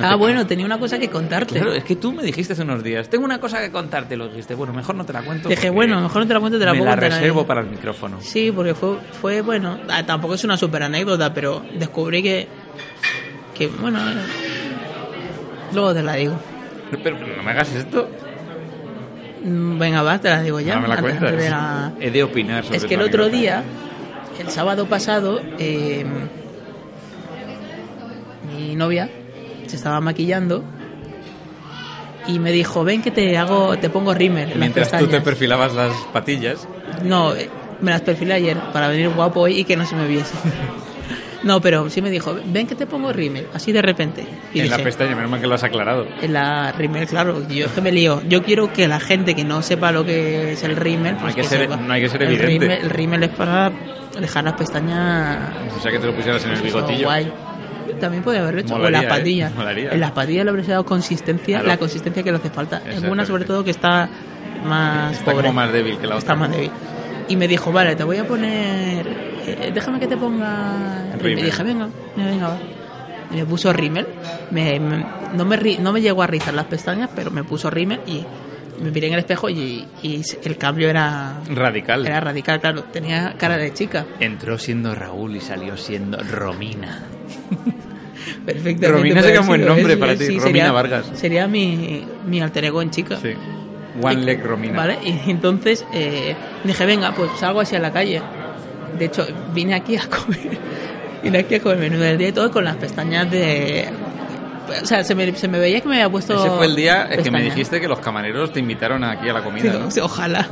B: ah bueno tenía una cosa que contarte
A: Claro, es que tú me dijiste hace unos días, tengo una cosa que contarte, lo dijiste, bueno, mejor no te la cuento.
B: Te dije,
A: porque
B: bueno, mejor no te la cuento, te la
A: me
B: puedo
A: la
B: contar ahí".
A: reservo para el micrófono.
B: Sí, porque fue, fue bueno, ah, tampoco es una super anécdota, pero descubrí que, que bueno, eh, luego te la digo.
A: Pero, pero no me hagas esto.
B: Mm, Venga, va, te la digo ya.
A: no Ah, me la
B: antes-
A: cuentas.
B: antes de la-
A: He de opinar sobre
B: Es que el
A: tu
B: otro
A: anécdota.
B: día, el sábado pasado, eh, mi novia se estaba maquillando y me dijo, ven que te hago, te pongo rímel en las
A: Mientras tú te
B: pestañas".
A: perfilabas las patillas,
B: No, eh, me las perfilé ayer para venir guapo hoy y que no se me viese. No, pero sí me dijo, ven que te pongo rímel, así de repente. Y
A: en la
B: dije,
A: pestaña, menos mal que lo has aclarado.
B: en la rímel, claro, yo es que me lío. Yo quiero que la gente que no sepa lo que es el rímel,
A: No
B: pues
A: hay que ser-
B: sepa.
A: no hay que ser
B: El
A: evidente.
B: rímel- El rímel es para dejar las pestañas
A: O sea que te lo pusieras en el bigotillo.
B: guay. También podría haberlo hecho.
A: Molaría,
B: o en las
A: ¿eh?
B: patillas.
A: Molaría.
B: En las patillas le habría dado consistencia,
A: Claro.
B: la consistencia que le hace falta. En una,
A: Exactamente.
B: sobre todo, que está más
A: Está
B: pobre.
A: como más débil que la
B: Está
A: otra.
B: más débil. Y me dijo, vale, te voy a poner. eh, déjame que te ponga. Y
A: Rímel.
B: me dije, venga, venga, va. Y me puso rímel. Me- me- no, me, ri- no me llegó a rizar las pestañas, pero me puso rímel y me miré en el espejo y, y el cambio era,
A: Radical.
B: era radical, claro. Tenía cara de chica.
A: Entró siendo Raúl y salió siendo Romina.
B: Perfectamente.
A: Romina
B: puede
A: sería un
B: haber
A: buen
B: sido
A: nombre
B: eso,
A: para ti, Romina
B: sería-
A: Vargas.
B: Sería mi, mi alter ego en chica.
A: Sí. One Leg Romina.
B: ¿Vale? Y entonces eh, dije, venga, pues salgo así a la calle. De hecho, vine aquí a comer. Vine aquí a comer menú del día y todo con las pestañas de. O sea, se me, se me veía que me había puesto.
A: Ese fue el día en que me
B: pestañas.
A: dijiste que los camareros te invitaron aquí a la
B: Sí,
A: comida, ¿no?
B: sí, Ojalá,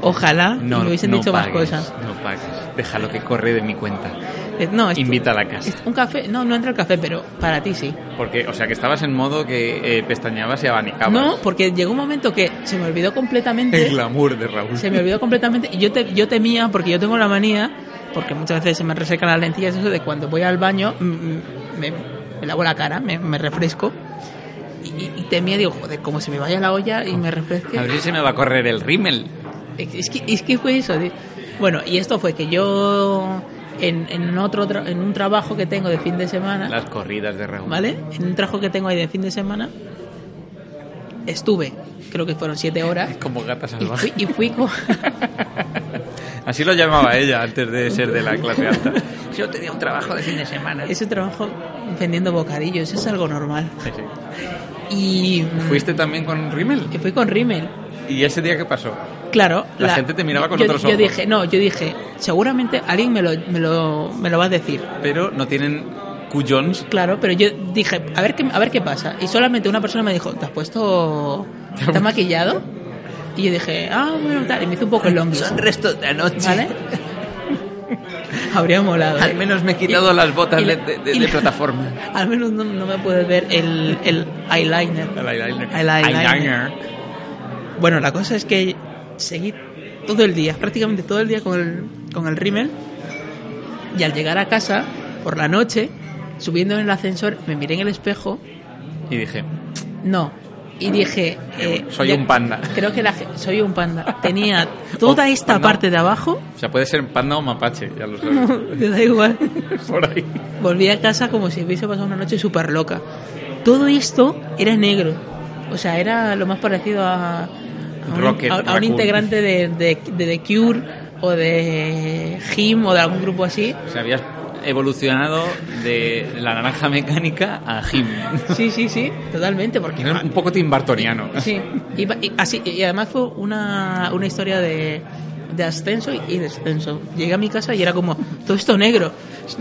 B: ojalá y me hubiesen
A: no
B: dicho más
A: pagues,
B: cosas.
A: No pagues. Déjalo que corre de mi cuenta.
B: Eh, No, esto-
A: Invita a la casa.
B: esto- un café, no, no entra el café, pero para ti sí.
A: Porque, o sea, que estabas en modo que eh, pestañeabas y abanicabas.
B: No, porque llegó un momento que se me olvidó completamente.
A: El glamour de Raúl.
B: Se me olvidó completamente. Y yo, te, yo temía, porque yo tengo la manía, porque muchas veces se me resecan las lentillas, eso de cuando voy al baño, mm, mm, me, me lavo la cara, me, me refresco. Y, y- y temía, digo, joder, como se me vaya la olla y me refresque.
A: A ver si se me va a correr el rímel.
B: Es que, es que fue eso. tío. Bueno, y esto fue que yo, en, en otro, tra- en un trabajo que tengo de fin de semana.
A: Las corridas de Raúl.
B: ¿vale? En un trabajo que tengo ahí de fin de semana, estuve, creo que fueron siete horas,
A: Es como gata
B: y fui,
A: salvaje.
B: y fui con-
A: Así lo llamaba ella antes de ser de la clase alta. Yo tenía un trabajo de fin de semana.
B: ese trabajo vendiendo bocadillos, es algo normal. Y mm,
A: ¿Fuiste también con rímel?
B: y fui con Rimmel.
A: ¿Y ese día qué pasó?
B: Claro.
A: La gente te miraba con
B: yo,
A: otros
B: yo
A: ojos.
B: dije, no, yo dije, seguramente alguien me lo, me lo, me lo va a decir.
A: Pero no tienen cuyons.
B: Claro, pero yo dije, a ver qué, a ver qué pasa. Y solamente una persona me dijo, ¿te has puesto... ¿Te has maquillado? Y yo dije, ah, bueno, tal. Y me hizo un poco el longuis.
A: restos de anoche.
B: ¿Vale? Habría molado. ¿eh?
A: Al menos me he quitado las botas
B: y
A: de,
B: la-
A: de- de-
B: y
A: de
B: la-
A: plataforma.
B: Al menos no, no me puedes ver el, el eyeliner.
A: El eyeliner.
B: El eyeliner. Bueno, la cosa es que seguí todo el día, prácticamente todo el día con el, con el rímel. Y al llegar a casa, por la noche, subiendo en el ascensor, me miré en el espejo.
A: Y dije,
B: No. Y dije... eh,
A: Soy un panda.
B: Creo que la, ge- soy un panda. Tenía toda
A: Oh,
B: esta
A: panda.
B: parte de abajo.
A: o sea, puede ser panda o mapache, ya lo sabes.
B: Te da igual.
A: Por ahí.
B: Volví a casa como si hubiese pasado una noche súper loca. Todo esto era negro. O sea, era lo más parecido a, a un,
A: Rocket
B: a- a un
A: Raccoon.
B: integrante de, de, de The Cure o de Jim o de algún grupo así.
A: O sea, habías evolucionado de la naranja mecánica a Jim.
B: Sí, sí, sí, totalmente, porque...
A: Era un poco timbartoniano.
B: Sí, iba- y, así, y además fue una, una historia de, de ascenso y descenso. Llegué a mi casa y era como, todo esto negro.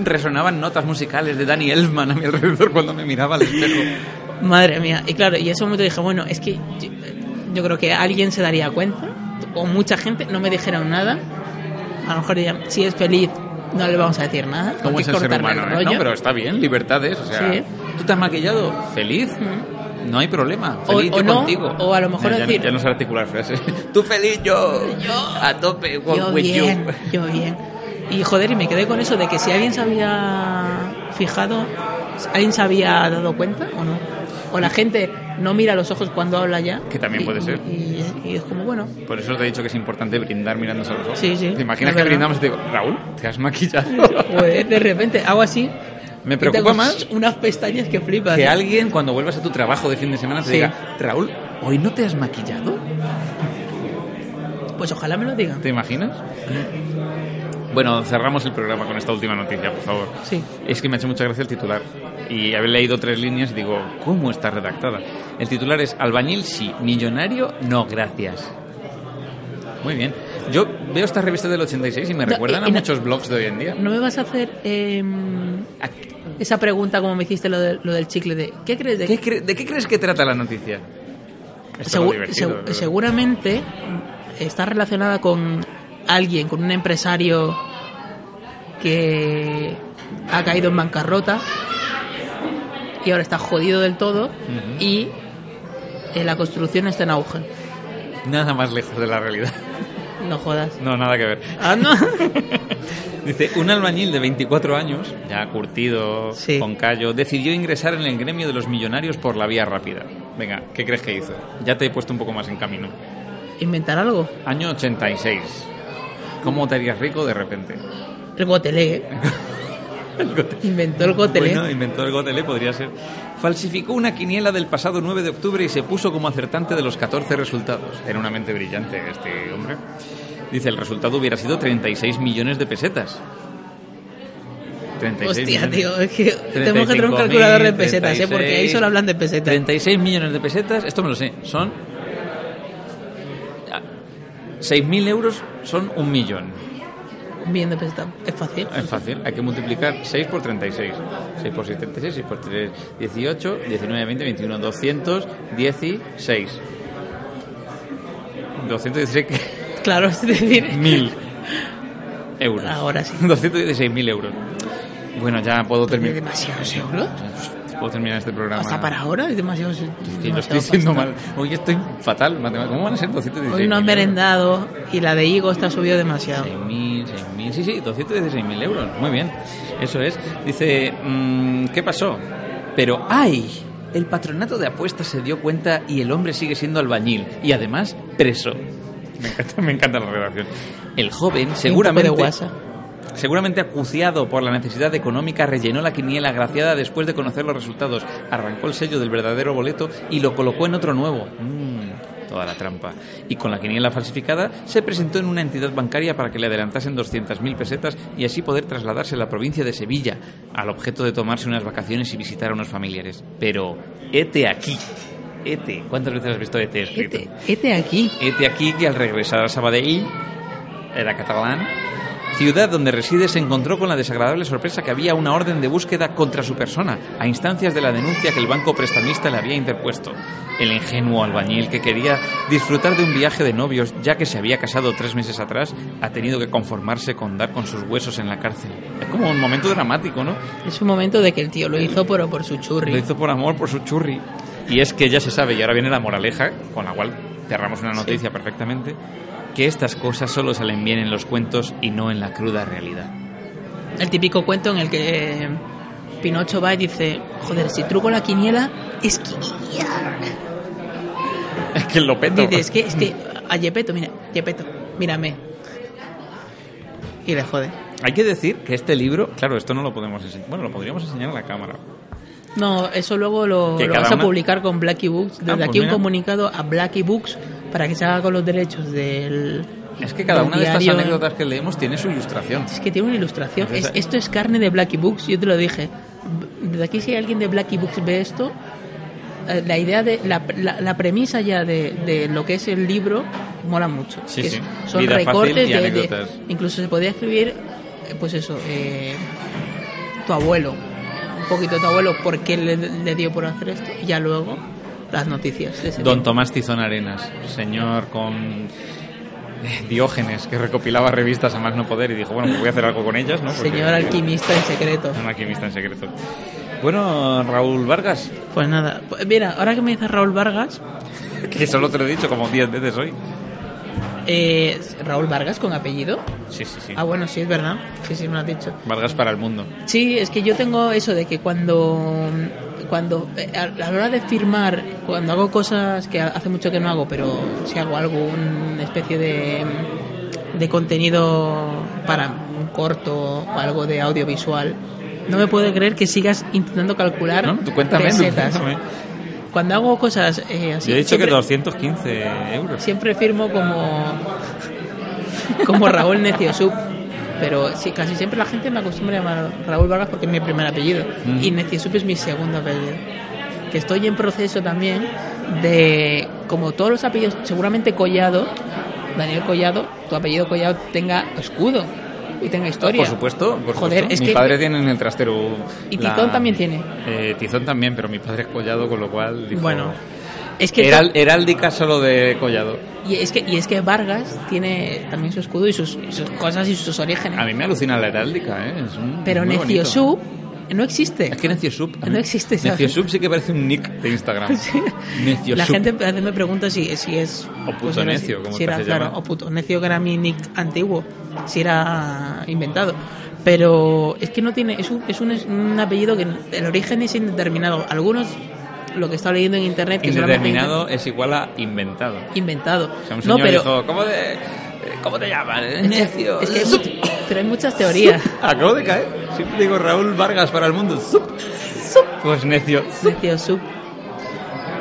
A: Resonaban notas musicales de Danny Elfman a mi alrededor cuando me miraba al espejo.
B: Madre mía. Y claro, y en ese momento dije, bueno, es que yo, yo creo que alguien se daría cuenta, o mucha gente, no me dijeron nada. A lo mejor dirían, si es feliz, no le vamos a decir nada. ¿por
A: ¿Cómo
B: qué
A: es el ser
B: cortarle
A: humano? eh?
B: rollo?
A: No, pero está bien, libertades. O sea,
B: Sí.
A: tú te has maquillado, feliz. No hay problema,
B: O-
A: feliz
B: o
A: yo
B: no,
A: contigo.
B: o a lo mejor
A: Ya- ya,
B: decir-
A: Ya no sé articular frases. Tú feliz, yo. Yo. A tope, with
B: yo
A: with you.
B: bien, yo bien. Y joder, y me quedé con eso de que si alguien se había fijado, alguien se había dado cuenta o no. O la gente no mira los ojos cuando habla ya.
A: Que también
B: Y-
A: puede ser.
B: Y, y es como, bueno,
A: Por eso te he dicho que es importante brindar mirándose a los ojos.
B: Sí, sí.
A: ¿Te imaginas
B: Es
A: que
B: verdad.
A: brindamos y te digo, Raúl, te has maquillado?
B: joder, pues de repente hago así.
A: Me
B: y
A: preocupa
B: tengo
A: más
B: Unas pestañas que flipas.
A: que
B: ¿eh?
A: alguien cuando vuelvas a tu trabajo de fin de semana te
B: Sí.
A: diga, Raúl, ¿hoy no te has maquillado?
B: Pues ojalá me lo digan.
A: ¿Te imaginas? Bueno, cerramos el programa con esta última noticia, por favor.
B: Sí.
A: Es que me ha hecho mucha gracia el titular. Y haber leído tres líneas y digo, ¿cómo está redactada? El titular es Albañil sí, millonario no, gracias. Muy bien. Yo veo estas revistas del 86 y me
B: No,
A: recuerdan
B: y- y
A: a
B: no-
A: muchos blogs de hoy en día.
B: ¿No me vas a hacer eh, esa pregunta como me hiciste lo, de- lo del chicle de... ¿Qué crees de
A: ¿Qué cre- ¿De qué crees que trata la noticia? Esto es lo
B: Segu-
A: divertido,
B: segu-
A: ¿verdad?
B: seguramente está relacionada con alguien, con un empresario que ha caído en bancarrota y ahora está jodido del todo y eh, la construcción está en auge.
A: Nada más lejos de la realidad.
B: No jodas.
A: No, nada que ver.
B: Ah, no.
A: Dice, un albañil de 24 años, ya curtido,
B: Sí.
A: con callo, decidió ingresar en el gremio de los millonarios por la vía rápida. Venga, ¿qué crees que hizo? Ya te he puesto un poco más en camino.
B: Inventar algo.
A: Año 86. ¿Cómo te harías rico de repente?
B: El gotelé. ¿eh? Inventó el gotelé.
A: Bueno, inventó el Gotelé, podría ser. Falsificó una quiniela del pasado 9 de octubre y se puso como acertante de los 14 resultados. Era una mente brillante este hombre. Dice, el resultado hubiera sido 36 millones de pesetas. 36
B: Hostia,
A: millones.
B: tío, es que tenemos que tener un calculador de pesetas, ¿eh? Porque ahí solo hablan de pesetas.
A: 36 millones de pesetas, esto me lo sé, son... ah, 6.000 euros son un millón.
B: Un millón de pesetas. Es fácil.
A: Es fácil, hay que multiplicar 6 por 36. 6 por 6, 36, 6 por 3, 18, 19, 20, 21, 216. 216 que-
B: Claro, es decir,
A: mil euros.
B: Ahora sí. Pues
A: 216.000 euros. Bueno, ya puedo
B: ¿de
A: terminar.
B: demasiados euros.
A: Ah, Puedo terminar este programa.
B: Hasta para ahora es demasiado.
A: Sí, lo
B: demasiado
A: estoy diciendo
B: pasta.
A: mal. Hoy estoy fatal. matemáticas. ¿Cómo van a ser 216.000?
B: Hoy no han merendado y la de higo está subido demasiado.
A: 6.000, 6.000, sí, sí, 216.000 euros. Muy bien, eso es. Dice, mm, ¿qué pasó? Pero ¡ay! El patronato de apuestas se dio cuenta y el hombre sigue siendo albañil y además preso. Me encanta, me encanta la relación. El joven seguramente
B: Un poco de guasa.
A: Seguramente acuciado por la necesidad económica, rellenó la quiniela agraciada después de conocer los resultados, arrancó el sello del verdadero boleto y lo colocó en otro nuevo. Mm, toda la trampa. Y con la quiniela falsificada, se presentó en una entidad bancaria para que le adelantasen 200.000 pesetas y así poder trasladarse a la provincia de Sevilla, al objeto de tomarse unas vacaciones y visitar a unos familiares. Pero, hete aquí. Hete. ¿Cuántas veces has visto hete escrito?
B: Este, este aquí.
A: Hete aquí que al regresar a Sabadell, era catalán, ciudad donde reside, se encontró con la desagradable sorpresa que había una orden de búsqueda contra su persona, a instancias de la denuncia que el banco prestamista le había interpuesto. El ingenuo albañil que quería disfrutar de un viaje de novios, ya que se había casado tres meses atrás, ha tenido que conformarse con dar con sus huesos en la cárcel. Es como un momento dramático, ¿no?
B: Es un momento de que el tío lo hizo por, por su churri.
A: Lo hizo por amor, por su churri. Y es que ya se sabe, y ahora viene la moraleja, con la cual cerramos una noticia perfectamente, que estas cosas solo salen bien en los cuentos y no en la cruda realidad.
B: El típico cuento en el que eh, Pinocho va y dice: Joder, si truco la quiniela, es que.
A: Es que lo peto.
B: Dice, es que, es que a Yepeto, mira, Yepeto, mírame. Y le jode.
A: Hay que decir que este libro, claro, esto no lo podemos enseñar. Bueno, lo podríamos enseñar a la cámara.
B: No, eso luego lo,
A: Que
B: lo
A: cada
B: vas a
A: una-
B: publicar con Blackie Books. Desde
A: pues
B: aquí un
A: mira.
B: comunicado a Blackie Books para que se haga con los derechos del,
A: Es que cada
B: del
A: una de estas
B: diario.
A: anécdotas que leemos tiene su ilustración.
B: Es que tiene una ilustración.
A: Es
B: Es-
A: Pues esa-
B: esto es carne de Blacky Books, yo te lo dije. B- Desde aquí, si alguien de Blacky Books ve esto, eh, la idea de la, la- la premisa ya de, de lo que es el libro mola mucho.
A: Sí,
B: Que es-
A: sí.
B: Son
A: Vida fácil
B: recortes
A: y
B: de- de,
A: anécdotas.
B: Incluso se podía escribir, eh, pues eso, eh, tu abuelo. Un poquito de tu abuelo, por qué le, le dio por hacer esto. Y ya luego, las noticias. de ese
A: Don
B: día.
A: Tomás Tizón Arenas, señor con eh, Diógenes, que recopilaba revistas a más no poder y dijo, bueno, pues voy a hacer algo con ellas, ¿no? Porque-
B: Señor alquimista en secreto.
A: Un alquimista en secreto. Bueno, Raúl Vargas,
B: Pues nada, pues mira, ahora que me dice Raúl Vargas,
A: que solo te lo he dicho como 10 veces hoy.
B: Eh, Raúl Vargas con apellido.
A: Sí, sí, sí.
B: Ah, bueno, sí, es verdad. Sí, sí, me lo has dicho.
A: Vargas para el mundo.
B: Sí, es que yo tengo eso de que cuando, cuando eh, a la hora de firmar, cuando hago cosas que hace mucho que no hago, pero si hago algo, una especie de, de contenido para un corto o algo de audiovisual, no me puedo creer que sigas intentando calcular
A: No, tú cuéntame, tú
B: pesetas.
A: cuéntame.
B: Cuando hago cosas eh, así...
A: Yo he dicho
B: siempre-
A: que 215 euros.
B: Siempre firmo como como Raúl Necio Sub, pero sí, casi siempre la gente me acostumbra a llamar Raúl Vargas porque es mi primer apellido
A: Mm.
B: y Necio Sub es mi segundo apellido. Que estoy en proceso también de como todos los apellidos, seguramente Collado, Daniel Collado, tu apellido Collado tenga escudo y tenga historia.
A: Por supuesto, por
B: Joder,
A: supuesto.
B: es
A: mi
B: que
A: padre tiene en el trastero.
B: ¿Y Tizón también tiene?
A: Eh, tizón también, pero mi padre es collado, con lo cual. dijo-
B: bueno, es que
A: Heral- heráldica solo de collado.
B: y es que y es que Vargas tiene también su escudo y sus, y sus cosas y sus orígenes.
A: A mí me alucina la heráldica, ¿eh? Es un-
B: Pero
A: es muy bonito.
B: Necio Sub no existe.
A: Es que Necio Sub. a
B: No existe, ¿sabes?
A: Necio Sub sí que parece un nick de Instagram. Necio
B: La
A: Sub.
B: gente a veces me pregunta si, si es...
A: O puto
B: era-
A: necio, como
B: si era,
A: se
B: claro,
A: llama.
B: o puto necio, que era mi nick antiguo, si era inventado. Pero es que no tiene... Es un, es un, es un apellido que el origen es indeterminado. Algunos, lo que está leyendo en internet... que solamente
A: Indeterminado es igual a inventado.
B: dicen Inventado.
A: O sea, un
B: no,
A: señor
B: pero...
A: dijo, ¿cómo, de- eh, ¿cómo te llaman? eh?
B: es que-
A: Necio.
B: es que hay
A: Sub.
B: much- pero hay muchas teorías.
A: Acabo de caer. Siempre digo Raúl Vargas para el mundo. Sub. Pues necio.
B: necio sub.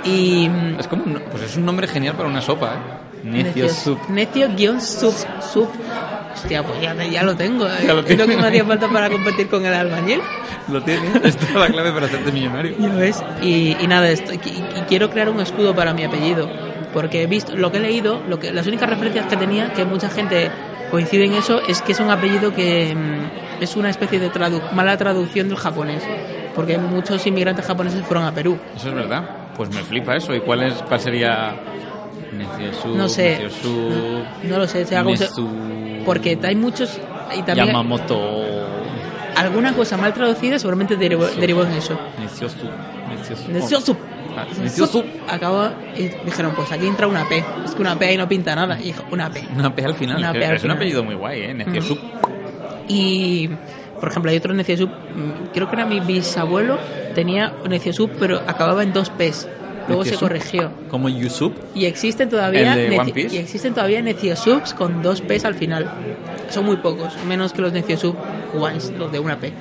B: Y... mm,
A: Es como un, pues es un nombre genial para una sopa, ¿eh? Necio Sub.
B: Necio guión sub. Sub. Hostia, pues ya, ya lo tengo. eh.
A: Ya lo
B: es lo que
A: tiene.
B: me hacía falta para competir con el albañil.
A: Lo tiene. Esta es la clave para hacerte millonario.
B: Ya ves. Y, y nada, esto, y, y quiero crear un escudo para mi apellido. Porque he visto, lo que he leído, lo que, las únicas referencias que tenía, que mucha gente coincide en eso, es que es un apellido que mm, es una especie de tradu- mala traducción del japonés. Porque muchos inmigrantes japoneses fueron a Perú.
A: Eso es verdad. Pues me flipa eso. ¿Y cuál, es, cuál sería Necio Sub?
B: No sé.
A: Necio Sub.
B: No lo sé, sea como sea-
A: Nezu-
B: Porque hay muchos. Y también
A: Yamamoto.
B: alguna cosa mal traducida seguramente derivó, derivó en eso.
A: Necio Sub. Necio Sub.
B: Necio sub.
A: Ah, Necio Sub.
B: Acabo y dijeron, pues aquí entra una P. Es que una P ahí no pinta nada. Y dijo, una P.
A: Una P al final.
B: Una
A: que
B: P al
A: es
B: final.
A: un apellido muy guay, ¿eh? Necio
B: Ujú.
A: Sub.
B: Y, por ejemplo, hay otro Necio Sub. mm, Creo que era mi bisabuelo. Tenía Necio Sub, pero acababa en dos P's.
A: Necio
B: Luego se
A: Sub.
B: corrigió.
A: Como Yusub.
B: Y existen todavía
A: ¿El de
B: neci-
A: One Piece?
B: y existen todavía Necio Subs con dos P's al final. Son muy pocos, menos que los Necio Sub ones, los de una P.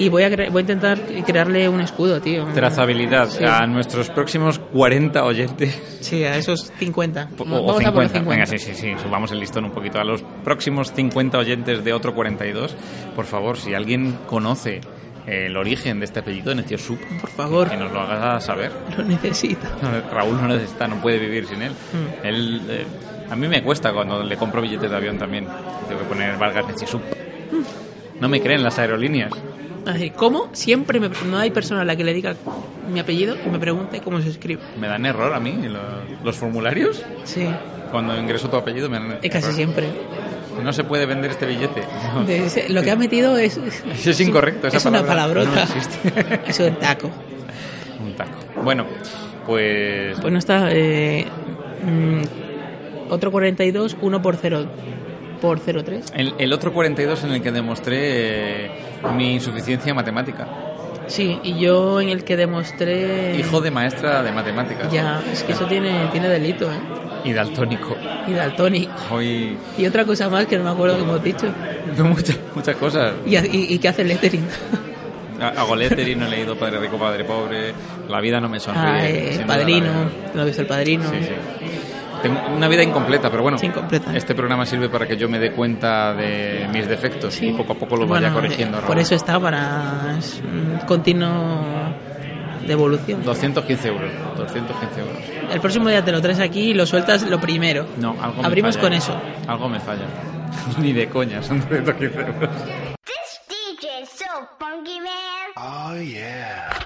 B: Y voy a, cre- voy a intentar crearle un escudo, tío.
A: Trazabilidad
B: Sí.
A: a nuestros próximos 40 oyentes.
B: Sí, a esos 50.
A: O,
B: Vamos
A: o
B: a por los
A: 50.
B: 50.
A: Venga, sí, sí, sí. Subamos el listón un poquito. A los próximos 50 oyentes de otro 42, por favor, si alguien conoce el origen de este apellido, Necio Sub,
B: Por favor,
A: que nos lo haga saber.
B: lo necesito.
A: Raúl no necesita, no puede vivir sin él.
B: Mm.
A: Él, eh, a mí me cuesta cuando le compro billetes de avión también. Tengo que poner Vargas Necio Sub.
B: Mm.
A: No me creen las aerolíneas.
B: Es decir, ¿cómo? Siempre me- no hay persona a la que le diga mi apellido y me pregunte cómo se escribe.
A: Me dan error a mí lo- los formularios.
B: Sí,
A: Cuando ingreso tu apellido me dan
B: es casi
A: error.
B: siempre.
A: No se puede vender este billete. No.
B: De ese- lo que ha metido es.
A: Eso es incorrecto, esa
B: es
A: palabra
B: una
A: no
B: palabrota.
A: existe.
B: es un taco.
A: Un taco. Bueno, pues.
B: Bueno, está. eh, mm, otro 42, 1 por 0. Por 03.
A: El, el otro 42 en el que demostré eh, mi insuficiencia matemática.
B: Sí, y yo en el que demostré.
A: Hijo de maestra de matemáticas.
B: Eh. Ya, es que eso tiene, tiene delito, ¿eh?
A: Y daltónico.
B: Y daltónico.
A: Hoy.
B: Y otra cosa más que no me acuerdo que hemos dicho.
A: No, muchas, muchas cosas.
B: Y, y, y que hace lettering.
A: A- Hago lettering, no he leído Padre Rico, Padre Pobre. La vida no me sonríe.
B: Ah, eh,
A: sin duda la
B: padrino.
A: vida.
B: No he visto el padrino.
A: Sí, sí. Tengo una vida incompleta, pero bueno.
B: Sí, incompleta.
A: Este programa sirve para que yo me dé cuenta de mis defectos y poco a poco lo vaya
B: Bueno,
A: corrigiendo.
B: eh, Por
A: Raúl.
B: eso está para es un continuo de evolución.
A: 215 euros. 215 euros.
B: El próximo día te lo traes aquí y lo sueltas lo primero.
A: No, algo me
B: Abrimos
A: falla.
B: con eso.
A: Algo me falla. Ni de coña, son 215 euros.
C: This DJ is so funky, man.
F: Oh, yeah.